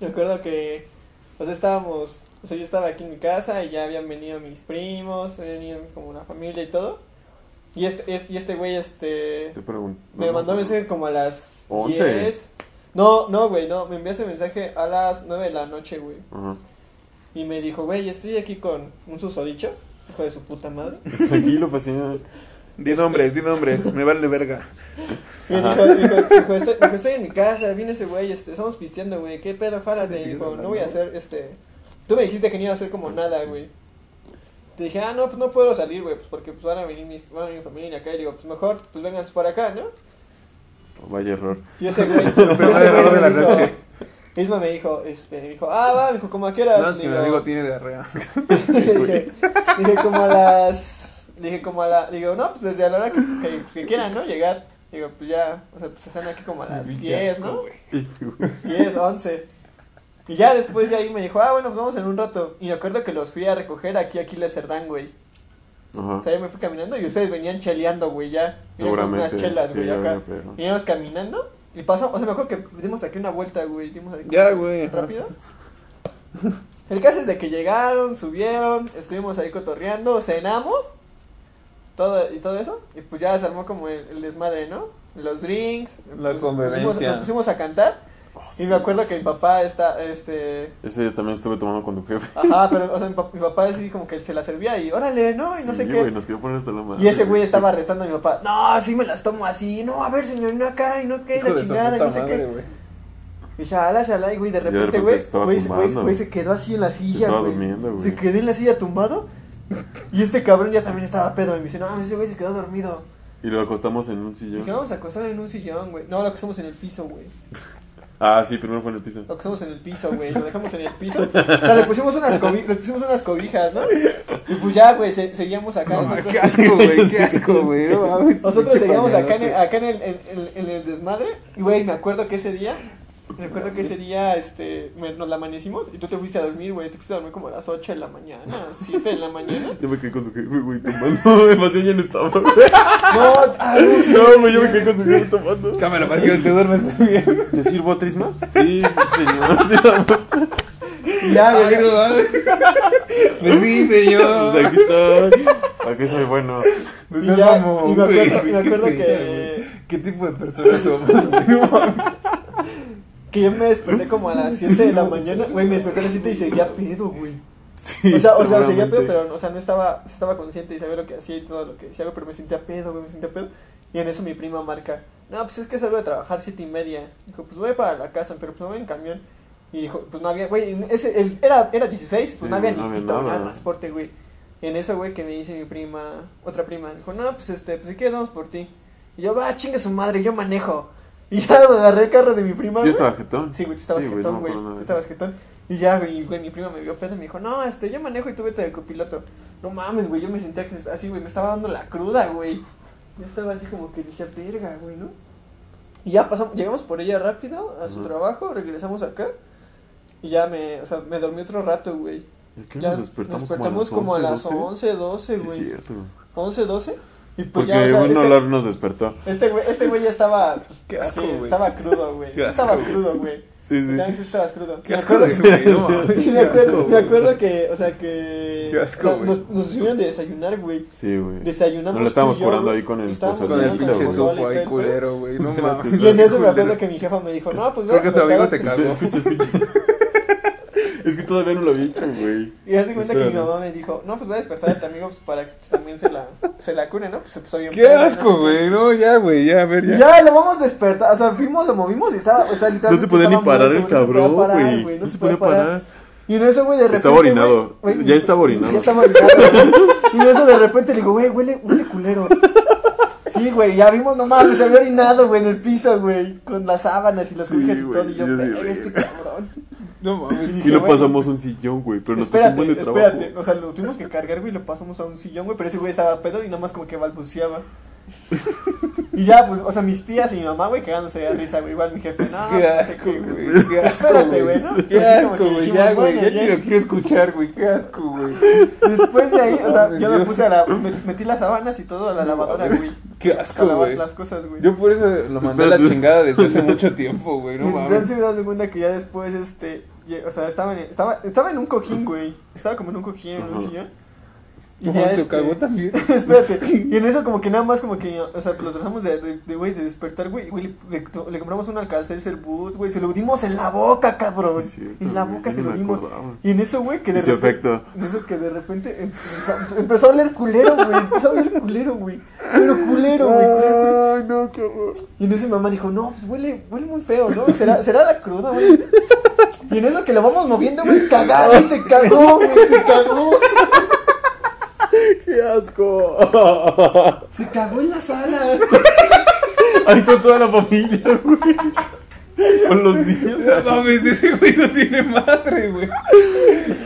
Speaker 2: Me acuerdo que, o sea, estábamos, o sea, yo estaba aquí en mi casa y ya habían venido mis primos, habían venido como una familia y todo. Y este, es- y este güey, este,
Speaker 1: Te pregunto.
Speaker 2: me mandó mensaje como a las
Speaker 1: Once.
Speaker 2: 10. No, no, güey, no, me enviaste mensaje a las 9 de la noche, güey.
Speaker 1: Ajá.
Speaker 2: Y me dijo, güey, estoy aquí con un susodicho, hijo de su puta madre.
Speaker 1: Tranquilo, pasión.
Speaker 3: Di
Speaker 2: Este-
Speaker 3: nombres, di nombres. Me vale verga.
Speaker 2: Y me
Speaker 1: Ajá.
Speaker 2: dijo, dijo, este, dijo, estoy, dijo, estoy en mi casa, viene ese güey, este, estamos pisteando, güey, qué pedo,
Speaker 3: Sí,
Speaker 2: fárate.
Speaker 3: sí,
Speaker 2: Y dijo,
Speaker 3: hablando,
Speaker 2: no voy a
Speaker 3: ¿no?
Speaker 2: hacer, este, tú me dijiste que no iba a hacer como nada, güey. Te dije, ah, no, pues no puedo salir, güey, pues porque pues, van a venir mis, van a venir mi familia acá. Y digo, pues mejor, pues vénganse para acá, ¿no?
Speaker 1: Oh, vaya error.
Speaker 2: Y ese güey,
Speaker 3: El primer
Speaker 2: ese güey
Speaker 3: error de la
Speaker 2: me dijo-
Speaker 3: noche.
Speaker 2: Isma me dijo, este, me dijo, ah, va, me dijo, como a qué horas.
Speaker 3: No, si mi
Speaker 2: Digo,
Speaker 3: amigo tiene diarrea.
Speaker 2: dije, dije, como a las. Dije, como a la. Digo, no, pues desde a la hora que, que- pues, que quieran, ¿no? Llegar. Digo, pues ya. O sea, pues están aquí como a las 10, ¿no? 10, 11. Y ya después de ahí me dijo, ah, bueno, pues vamos en un rato. Y me acuerdo que los fui a recoger aquí, aquí les Cerdán, güey. O sea,
Speaker 1: Ajá.
Speaker 2: yo me fui caminando y ustedes venían cheleando, güey, ya. Venían con
Speaker 1: Seguramente.
Speaker 2: Unas chelas,
Speaker 1: sí,
Speaker 2: güey,
Speaker 1: ya
Speaker 2: acá.
Speaker 1: venía pedo.
Speaker 2: Veníamos caminando y pasamos. O sea, me acuerdo que dimos aquí una vuelta, güey. Dimos aquí como
Speaker 3: Ya, güey, ajá.
Speaker 2: Rápido. El caso es de que llegaron, subieron, estuvimos ahí cotorreando, cenamos. Todo, y todo eso. Y pues ya se armó como el, el desmadre, ¿no? Los drinks.
Speaker 3: La
Speaker 2: pues,
Speaker 3: convivencia.
Speaker 2: pusimos- nos pusimos a cantar.
Speaker 1: Oh,
Speaker 2: Y
Speaker 1: sí.
Speaker 2: me acuerdo que mi papá está, este.
Speaker 1: Ese día también estuve tomando con tu jefe.
Speaker 2: Ajá, pero, o sea, mi, pap- mi papá así como que se la servía y órale, ¿no? Y no sé
Speaker 1: Sí,
Speaker 2: qué.
Speaker 1: güey, nos quería poner hasta la madre.
Speaker 2: Y ese güey estaba retando a mi papá. No, sí me las tomo así. No, a ver, señor, no acá, y no qué, la
Speaker 3: Hijo de su
Speaker 2: chingada, y
Speaker 3: puta
Speaker 2: no sé
Speaker 3: madre,
Speaker 2: qué.
Speaker 3: güey.
Speaker 2: Y shala, shala, y güey, de
Speaker 1: de
Speaker 2: repente,
Speaker 1: repente
Speaker 2: güey,
Speaker 1: se estaba
Speaker 2: güey, se- güey,
Speaker 1: tumbando.
Speaker 2: güey, se quedó así en la silla,
Speaker 1: estaba
Speaker 2: güey.
Speaker 1: durmiendo, güey.
Speaker 2: Se quedó en la silla tumbado. Y este cabrón ya también estaba pedo. Y me dice, no, ese güey se quedó dormido.
Speaker 1: Y lo acostamos en un
Speaker 2: Dije,
Speaker 1: sillón.
Speaker 2: vamos a acostarlo en un sillón, güey. No, lo acostamos en el piso, güey.
Speaker 1: Ah, sí, primero fue en el piso.
Speaker 2: Lo acostamos en el piso, güey. Lo dejamos en el piso. O sea, le pusimos unas, cobi- le pusimos unas cobijas, ¿no? Y pues ya, güey, se- seguíamos acá.
Speaker 3: No,
Speaker 2: nosotros-
Speaker 3: qué asco, güey, qué asco, güey. No mames.
Speaker 2: Nosotros
Speaker 3: Qué
Speaker 2: seguíamos acá en el,
Speaker 3: pañalote.
Speaker 2: acá en el, en- en- en el desmadre. Y, güey, me acuerdo que ese día. Me acuerdo que ese día este, me- nos la amanecimos y tú te fuiste a dormir, güey. Te fuiste a dormir como a las 8 de la mañana, 7 de la mañana.
Speaker 1: Yo me quedé con su jefe, güey, tomando. Demasiado ya no estaba, güey.
Speaker 2: No, ah, no, sí.
Speaker 1: No, güey, yo me quedé con su jefe tomando.
Speaker 3: Cámara, pasión, te duermes bien.
Speaker 1: ¿Te sirvo trisma? Sí, señor. Sí, amor.
Speaker 2: Y ya,
Speaker 3: Ay,
Speaker 2: güey.
Speaker 3: no mames. Pues sí,
Speaker 1: Pues
Speaker 3: señor.
Speaker 1: aquí está. Para que soy bueno.
Speaker 3: Pues
Speaker 2: Y
Speaker 3: seas
Speaker 2: ya,
Speaker 3: mamón,
Speaker 2: y me
Speaker 3: güey.
Speaker 2: acuerdo- y me acuerdo
Speaker 3: Qué
Speaker 2: que-
Speaker 3: fea, güey. ¿Qué tipo de personas somos? No mames.
Speaker 2: Que yo me desperté como a las 7 de la mañana. Güey, me desperté a las 7 y seguía pedo, güey.
Speaker 1: Sí,
Speaker 2: O sea, o sea, seguía
Speaker 1: seguramente.
Speaker 2: pedo, pero o sea, no estaba, estaba consciente y sabía lo que hacía y todo lo que decía, güey, pero me sentía pedo, güey, me sentía pedo. Y en eso mi prima marca, no, pues es que salgo de trabajar siete y media. Dijo, pues voy para la casa, pero pues no voy en camión. Y dijo, pues no había, güey, en ese, el- era, era 16, pues
Speaker 1: Sí,
Speaker 2: no había
Speaker 1: no
Speaker 2: ni
Speaker 1: había
Speaker 2: pito,
Speaker 1: nada.
Speaker 2: nada de transporte, güey. Y en eso, güey, que me dice mi prima, otra prima, dijo, no, pues este, pues si quieres vamos por ti. Y yo, va, chingue su madre, yo manejo. Y ya agarré el carro de mi
Speaker 1: Yo
Speaker 2: prima, güey.
Speaker 1: estaba jetón.
Speaker 2: Sí, güey, tú estabas
Speaker 1: Sí, güey,
Speaker 2: jetón,
Speaker 1: no me
Speaker 2: güey.
Speaker 1: acuerdo nada
Speaker 2: Tú
Speaker 1: de
Speaker 2: estabas jetón. Y ya, güey, güey, mi prima me vio pedo y me dijo, no, este, yo manejo y tú vete de copiloto. No mames, güey, yo me sentía que- así, güey, me estaba dando la cruda, güey. Yo estaba así como que decía, verga, güey, ¿no? Y ya pasamos, llegamos por ella rápido a su
Speaker 1: Ajá.
Speaker 2: trabajo, regresamos acá. Y ya me, o sea, me dormí otro rato, güey.
Speaker 1: ¿Y a qué
Speaker 2: Ya
Speaker 1: nos despertamos,
Speaker 2: como a las 11, 12,
Speaker 1: Sí,
Speaker 2: güey.
Speaker 1: cierto.
Speaker 2: 11, 12. Y pues
Speaker 1: Porque
Speaker 2: ya, o sea,
Speaker 1: un
Speaker 2: este-
Speaker 1: olor nos despertó.
Speaker 2: Este güey, este güey ya estaba.
Speaker 3: Qué asco,
Speaker 2: así,
Speaker 3: güey.
Speaker 2: estaba crudo, güey.
Speaker 3: Qué
Speaker 2: Tú Estabas
Speaker 3: asco,
Speaker 2: crudo, güey.
Speaker 3: Sí, sí.
Speaker 2: Literalmente estabas crudo.
Speaker 3: Qué
Speaker 2: Me
Speaker 3: asco
Speaker 2: acuerdo-
Speaker 3: de güey, no mames,
Speaker 2: Sí,
Speaker 3: qué
Speaker 2: me acuerdo,
Speaker 3: asco,
Speaker 2: me
Speaker 3: güey.
Speaker 2: acuerdo que, o sea, que.
Speaker 3: Qué asco,
Speaker 2: o sea,
Speaker 3: güey.
Speaker 2: nos, nos hicieron de desayunar, güey.
Speaker 1: Sí, güey.
Speaker 2: Desayunamos.
Speaker 1: Nos lo estábamos
Speaker 2: tú y yo,
Speaker 1: curando
Speaker 2: güey.
Speaker 1: ahí con el
Speaker 2: Estábamos
Speaker 1: pozolito,
Speaker 3: Con el
Speaker 2: curando
Speaker 3: pinche
Speaker 2: con
Speaker 1: pozole
Speaker 3: tufo
Speaker 2: y
Speaker 3: ahí
Speaker 2: todo el pedo.
Speaker 3: culero, güey. No
Speaker 1: Sí,
Speaker 3: mames.
Speaker 2: Y en eso me acuerdo
Speaker 3: Culero.
Speaker 2: que mi jefa me dijo, no, pues
Speaker 3: Creo que
Speaker 2: vamos
Speaker 3: tu
Speaker 2: a
Speaker 3: amigo
Speaker 2: contar-
Speaker 3: se cagó.
Speaker 1: Escucha, escucha. es que todavía no lo había hecho, güey.
Speaker 2: Y hace cuenta que mi
Speaker 1: Espérate.
Speaker 2: mamá me dijo, no, pues voy a despertar a tu amigo pues, para que también se la, se la cune, ¿no? Pues se puso bien.
Speaker 3: Qué
Speaker 2: pedo, no sé
Speaker 3: asco, güey. No, ya, güey. Ya, a ver,
Speaker 2: Y
Speaker 3: ya.
Speaker 2: Ya lo vamos a despertar, o sea, fuimos, lo movimos y estaba, o sea, literalmente
Speaker 1: No se podía ni
Speaker 2: estaba
Speaker 1: parar el
Speaker 2: muerto, güey,
Speaker 1: cabrón,
Speaker 2: No se podía parar,
Speaker 1: güey. No se podía parar.
Speaker 2: Y en eso, güey, de repente.
Speaker 1: Estaba orinado.
Speaker 2: güey, güey,
Speaker 1: Ya estaba orinado.
Speaker 2: Ya estaba orinado. güey. y en eso, de repente, le digo, güey, huele, huele culero. Sí, güey, ya vimos, no mames, se había orinado, güey, en el piso, güey, con las sábanas y las
Speaker 1: Sí,
Speaker 2: cobijas y
Speaker 1: güey,
Speaker 2: todo. Y yo,
Speaker 1: yo sí,
Speaker 2: "Verga,
Speaker 1: güey".
Speaker 2: este cabrón.
Speaker 3: No mames.
Speaker 1: Y lo
Speaker 2: güey.
Speaker 1: pasamos a un sillón, güey. Pero nos costó un
Speaker 2: pues, espérate,
Speaker 1: buen de trabajo.
Speaker 2: espérate, o sea, lo tuvimos que cargar, güey, y lo pasamos a un sillón, güey, pero ese güey estaba pedo y nada más como que balbuceaba. y ya, pues, o sea, mis tías y mi mamá, güey, cagándose de risa, güey, igual mi jefe, no,
Speaker 3: Qué
Speaker 2: no sé
Speaker 3: asco,
Speaker 2: qué,
Speaker 3: güey.
Speaker 2: güey.
Speaker 3: Qué asco,
Speaker 2: Espérate, güey, ¿no?
Speaker 3: Qué
Speaker 2: Así como
Speaker 3: asco,
Speaker 2: que
Speaker 3: güey.
Speaker 2: dijimos,
Speaker 3: Ya, güey.
Speaker 2: bueno,
Speaker 3: Ya ni
Speaker 2: ya.
Speaker 3: lo quiero escuchar, güey. Qué asco, güey.
Speaker 2: Después de ahí, o sea,
Speaker 3: Ay,
Speaker 2: yo me
Speaker 3: Dios.
Speaker 2: puse a la, me- metí las sábanas y todo a la lavadora, güey,
Speaker 3: Qué
Speaker 2: a
Speaker 3: asco,
Speaker 2: lavar
Speaker 3: güey.
Speaker 2: las cosas, güey.
Speaker 3: Yo por eso lo mandé a la
Speaker 1: Espérate.
Speaker 3: chingada desde hace mucho tiempo, güey. No mames.
Speaker 2: Entonces, das cuenta que ya después, este, ye- o sea, estaba en, estaba, estaba en un cojín, güey, estaba como en un cojín, en un
Speaker 1: Ajá.
Speaker 2: sillón. Y
Speaker 3: No
Speaker 2: ya,
Speaker 3: mames, te
Speaker 2: este,
Speaker 3: cagó también.
Speaker 2: Espérate, y en eso como que nada más como que, o sea, los tratamos de, de, de, güey, de despertar, güey, güey, le, le- le compramos un Alcacelser Boost, güey, se lo dimos en la boca, cabrón,
Speaker 1: Es cierto,
Speaker 2: en la
Speaker 1: güey,
Speaker 2: boca
Speaker 1: yo
Speaker 2: se
Speaker 1: ni
Speaker 2: lo
Speaker 1: me
Speaker 2: dimos,
Speaker 1: acordaba.
Speaker 2: y en eso, güey, que de
Speaker 1: Hizo
Speaker 2: repente,
Speaker 1: efecto.
Speaker 2: en eso que de repente em- empezó, empezó a oler culero, güey, empezó a oler culero, güey, pero culero, güey, culero, culero.
Speaker 1: Ay, no, qué horror.
Speaker 2: Y en eso mi mamá dijo, no, pues huele, huele muy feo, ¿no? ¿Será, será la cruda, güey? Y en eso que lo vamos moviendo, güey, cagado, y se cagó, güey, se cagó.
Speaker 1: Qué asco.
Speaker 2: Se cagó en la sala.
Speaker 1: Ahí con toda la familia, güey. Con los niños.
Speaker 3: No mames, ese güey no tiene madre, güey.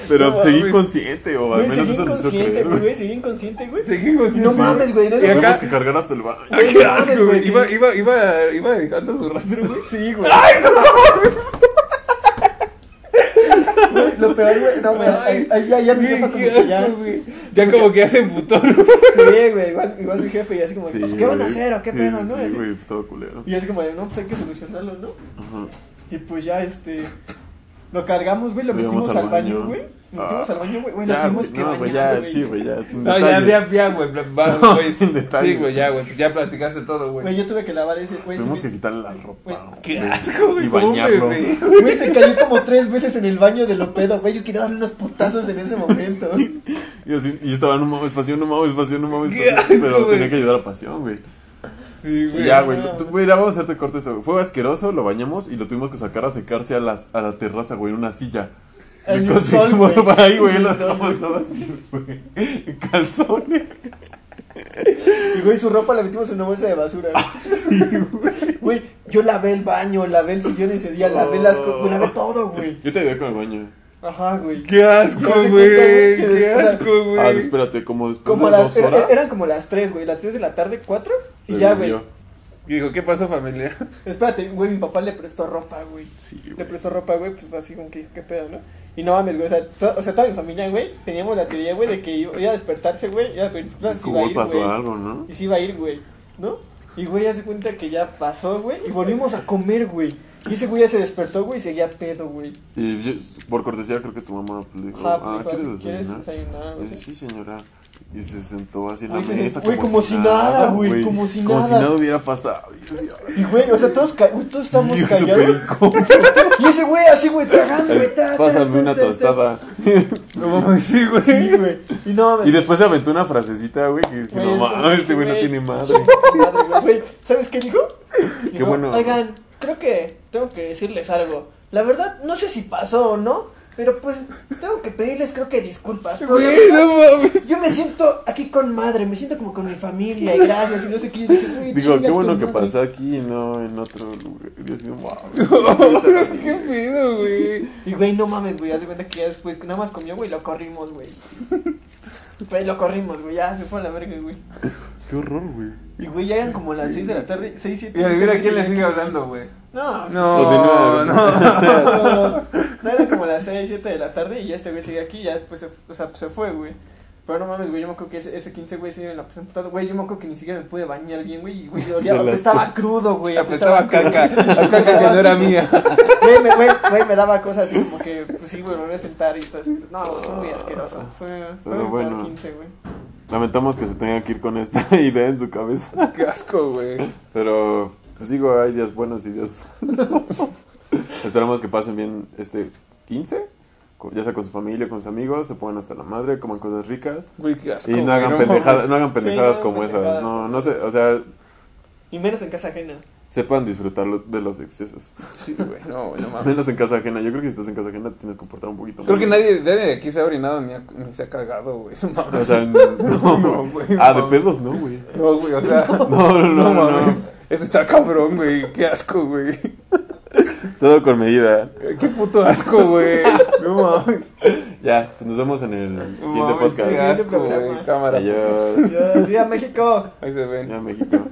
Speaker 1: Pero
Speaker 3: No
Speaker 1: seguí
Speaker 3: mames.
Speaker 1: consciente, o al
Speaker 2: Güey,
Speaker 1: menos
Speaker 2: seguí
Speaker 1: eso nos hizo
Speaker 2: inconsciente,
Speaker 1: creer.
Speaker 2: güey,
Speaker 1: güey.
Speaker 2: güey, seguí inconsciente, güey.
Speaker 3: Seguimos.
Speaker 2: No
Speaker 3: sí.
Speaker 2: mames, güey, en
Speaker 3: Y
Speaker 2: eso.
Speaker 3: acá-
Speaker 1: Tuvimos que cargar hasta el baño.
Speaker 3: Ah, qué asco,
Speaker 2: Mames,
Speaker 3: güey.
Speaker 2: güey.
Speaker 3: Iba, iba, iba, iba dejando su rastro, güey.
Speaker 2: Sí, güey. Güey, Lo peor, güey, no, güey, ahí- ahí ya, ya mi
Speaker 3: Güey,
Speaker 2: jefa como
Speaker 3: qué
Speaker 2: que ya,
Speaker 3: asco, güey. Ya como que ya se emputó, ¿no?
Speaker 2: sí, güey, igual, igual mi jefe y así como,
Speaker 1: Sí,
Speaker 2: pues, ¿qué van a
Speaker 1: güey.
Speaker 2: hacer o qué
Speaker 1: Sí,
Speaker 2: pedo,
Speaker 1: sí,
Speaker 2: no?
Speaker 1: Sí,
Speaker 2: Así-
Speaker 1: güey, pues estaba culero.
Speaker 2: y así como, de, no, pues hay que solucionarlo, ¿no?
Speaker 1: Ajá.
Speaker 2: Y pues ya, este, lo cargamos, güey, lo
Speaker 1: Llevamos
Speaker 2: metimos al baño, güey,
Speaker 1: Ah.
Speaker 2: lo metimos al baño, güey, güey, nos
Speaker 1: Ya,
Speaker 2: tuvimos
Speaker 1: güey,
Speaker 2: que
Speaker 1: no, güey,
Speaker 2: bañar,
Speaker 1: ya, sí,
Speaker 2: güey.
Speaker 1: güey, ya, sin
Speaker 3: No, ya,
Speaker 1: detalles.
Speaker 3: ya, ya, güey. pl- va,
Speaker 1: No,
Speaker 3: güey.
Speaker 1: sin detalle.
Speaker 3: Sí, güey, ya, güey. Ya platicaste todo, güey.
Speaker 2: Güey, yo tuve que lavar ese, güey,
Speaker 1: Tuvimos
Speaker 2: ese-
Speaker 1: que quitarle la ropa.
Speaker 2: Güey,
Speaker 3: Qué
Speaker 1: güey,
Speaker 3: asco, güey.
Speaker 1: Y
Speaker 3: como un
Speaker 1: bañarlo.
Speaker 3: bebé.
Speaker 2: Güey, se cayó como tres veces en el baño de lo pedo, güey. Yo quería darle unos putazos en ese momento.
Speaker 1: Y así, y estaba, no mames, pasión, no mames, pasión, no mames,
Speaker 3: Qué
Speaker 1: pasión.
Speaker 3: asco,
Speaker 1: Pero
Speaker 3: güey.
Speaker 1: tenía que ayudar a pasión, güey.
Speaker 3: Sí,
Speaker 1: Y
Speaker 3: güey.
Speaker 1: ya, güey,
Speaker 2: no,
Speaker 1: tú-
Speaker 2: güey.
Speaker 1: güey, ya vamos a hacerte corto esto, güey. Fue asqueroso, lo bañamos y lo tuvimos que sacar a secarse a la, a la terraza, güey, en una silla.
Speaker 2: En
Speaker 1: Y
Speaker 2: el sol,
Speaker 1: conseguimos-
Speaker 2: güey.
Speaker 1: Ahí,
Speaker 2: En
Speaker 1: güey,
Speaker 2: el
Speaker 1: lo
Speaker 2: sol,
Speaker 1: dejamos
Speaker 2: güey.
Speaker 1: todo así, güey. En calzones.
Speaker 2: Y, güey, su ropa la metimos en una bolsa de basura. güey.
Speaker 1: Ah, Sí, güey.
Speaker 2: Güey, yo lavé el baño, lavé el sillón ese día, lavé las co- güey, lavé todo, güey.
Speaker 1: Yo te veía con el baño.
Speaker 2: Ajá, güey.
Speaker 3: Qué
Speaker 2: Ya se
Speaker 3: asco,
Speaker 2: cuenta,
Speaker 3: güey.
Speaker 2: güey, que
Speaker 3: Qué
Speaker 2: después-
Speaker 3: asco, güey.
Speaker 1: Ah, espérate, como después
Speaker 2: Como
Speaker 1: de
Speaker 2: las,
Speaker 1: dos
Speaker 2: er-
Speaker 1: horas.
Speaker 2: er- eran como las 3, güey, las 3 de la tarde, 4. Y
Speaker 1: se
Speaker 2: ya, güey.
Speaker 1: durmió.
Speaker 3: Y dijo, ¿qué pasó, familia?
Speaker 2: Espérate, güey, mi papá le prestó ropa, güey.
Speaker 1: Sí,
Speaker 2: Le
Speaker 1: güey.
Speaker 2: prestó ropa, güey, pues así como que dijo, qué pedo, ¿no? Y no mames, güey, o sea, to- o sea toda mi familia, güey, teníamos la teoría, güey, de que iba iba a despertarse, güey, iba a pedir sus
Speaker 1: Es
Speaker 2: cosas, iba a
Speaker 1: como
Speaker 2: ir,
Speaker 1: pasó
Speaker 2: güey.
Speaker 1: algo, ¿no?
Speaker 2: Y sí iba a ir, güey, ¿no? Y güey, ya se cuenta que ya pasó, güey, y volvimos a comer, güey. Y ese güey ya se despertó, güey, y seguía pedo, güey.
Speaker 1: Y yo- por cortesía creo que tu mamá pues, le dijo,
Speaker 2: Ajá,
Speaker 1: ah,
Speaker 2: dijo así,
Speaker 1: ¿quieres desayunar?
Speaker 2: desayunar?
Speaker 1: Y
Speaker 2: güey?
Speaker 1: dice, sí, señora. Y se sentó así en la
Speaker 2: Güey, se
Speaker 1: mesa.
Speaker 2: sentó- güey, como si nada, güey, como si
Speaker 1: Como si
Speaker 2: nada.
Speaker 1: nada hubiera pasado. Y yo así, "Ay,
Speaker 2: Y güey, o sea, todos, ca- güey, todos estamos
Speaker 1: Dios,
Speaker 2: callados.
Speaker 1: superico.
Speaker 2: Y ese güey así, güey, tragando, güey. ta, ta,
Speaker 1: Pásame
Speaker 2: ta,
Speaker 1: una
Speaker 2: ta, ta.
Speaker 1: tostada.
Speaker 3: No mames, sí, güey.
Speaker 2: Sí, güey. Y no mames.
Speaker 1: Y después se aventó una frasecita, güey, que dije,
Speaker 2: Güey,
Speaker 1: no
Speaker 2: es como
Speaker 1: mames,
Speaker 2: que,
Speaker 1: este güey no
Speaker 2: güey.
Speaker 1: tiene madre.
Speaker 2: Madre, güey. ¿Sabes qué dijo? Dijo,
Speaker 1: bueno.
Speaker 2: Oigan, creo que tengo que decirles algo. La verdad, no sé si pasó o no, pero pues tengo que pedirles, creo que disculpas. Pero
Speaker 3: Güey, no mames.
Speaker 2: Yo me siento aquí con madre, me siento como con mi familia y gracias y no sé qué. Y dije, "Güey,
Speaker 1: Digo,
Speaker 2: chinga
Speaker 1: qué
Speaker 2: tu
Speaker 1: bueno que
Speaker 2: madre".
Speaker 1: pasó aquí y no en otro lugar. Y así, wow.
Speaker 3: ¿Qué pedo, güey?
Speaker 2: Y güey, no mames, güey, haz de cuenta que ya después nada más comió, güey, lo corrimos, güey. Güey, lo corrimos, güey, ya se fue a la verga, güey.
Speaker 1: Qué horror, güey.
Speaker 2: Y güey, ya eran como las 6 de la tarde, 6, 7.
Speaker 3: Y adivina quién le sigue hablando, güey.
Speaker 2: No,
Speaker 3: No, no.
Speaker 2: No, no, no, era como las 6, 7 de la tarde y ya este güey seguía aquí y ya después se, o sea, pues, se fue, güey. Pero no mames, güey, yo me acuerdo que ese, ese 15, güey, sí me la pasé enfadado. Güey, yo me acuerdo que ni siquiera me pude bañar bien, güey. Y, güey, olía,
Speaker 1: Ya la-
Speaker 2: apestaba crudo, güey.
Speaker 3: Apestaba a caca, a caca que
Speaker 2: Apestaba
Speaker 3: no era mía.
Speaker 2: crudo. Güey, me, güey, güey, me daba cosas así como que, pues sí, güey, me voy a sentar y todo así. No, güey, fue muy asqueroso. Fue, fue
Speaker 1: Pero
Speaker 2: mi peor
Speaker 1: bueno.
Speaker 2: 15, güey.
Speaker 1: Lamentamos que se tenga que ir con esta idea en su cabeza.
Speaker 3: Qué asco, güey.
Speaker 1: Pero, pues digo, hay días buenos y días malos. Esperamos que pasen bien este 15. co- Ya sea con su familia, con sus amigos, se pongan hasta la madre, coman cosas ricas.
Speaker 3: Güey, qué asco.
Speaker 1: Y no hagan
Speaker 3: güey,
Speaker 1: pendejadas, no hagan
Speaker 2: Sí, no
Speaker 1: pendejadas
Speaker 2: hagan
Speaker 1: como esas.
Speaker 2: pendejadas
Speaker 1: No,
Speaker 2: como
Speaker 1: no sé, o sea,
Speaker 2: Y menos en casa ajena.
Speaker 1: sepan disfrutar lo- de los excesos.
Speaker 3: Sí, güey, no, güey, no mames.
Speaker 1: Menos en casa ajena. Yo creo que si estás en casa ajena te tienes que comportar un poquito
Speaker 3: Creo
Speaker 1: más.
Speaker 3: que nadie, nadie de aquí se ha orinado ni, ha- ni se ha cagado, güey. No mames.
Speaker 1: O sea, no.
Speaker 3: No, güey,
Speaker 1: ah,
Speaker 3: no.
Speaker 1: de pedos no, güey.
Speaker 3: No, güey, o sea. No,
Speaker 1: no, no, no, no.
Speaker 3: Eso está cabrón, güey. Qué asco, güey.
Speaker 1: Todo con medida.
Speaker 3: Qué puto asco, güey. No mames.
Speaker 1: Ya, pues nos vemos en el
Speaker 3: No
Speaker 1: siguiente
Speaker 3: mames, Qué
Speaker 1: podcast.
Speaker 2: Siguiente
Speaker 3: asco,
Speaker 2: programa.
Speaker 3: güey. Cámara.
Speaker 1: Adiós.
Speaker 2: Dios, ¡Viva México!
Speaker 3: Ahí se ven.
Speaker 1: Ya, México.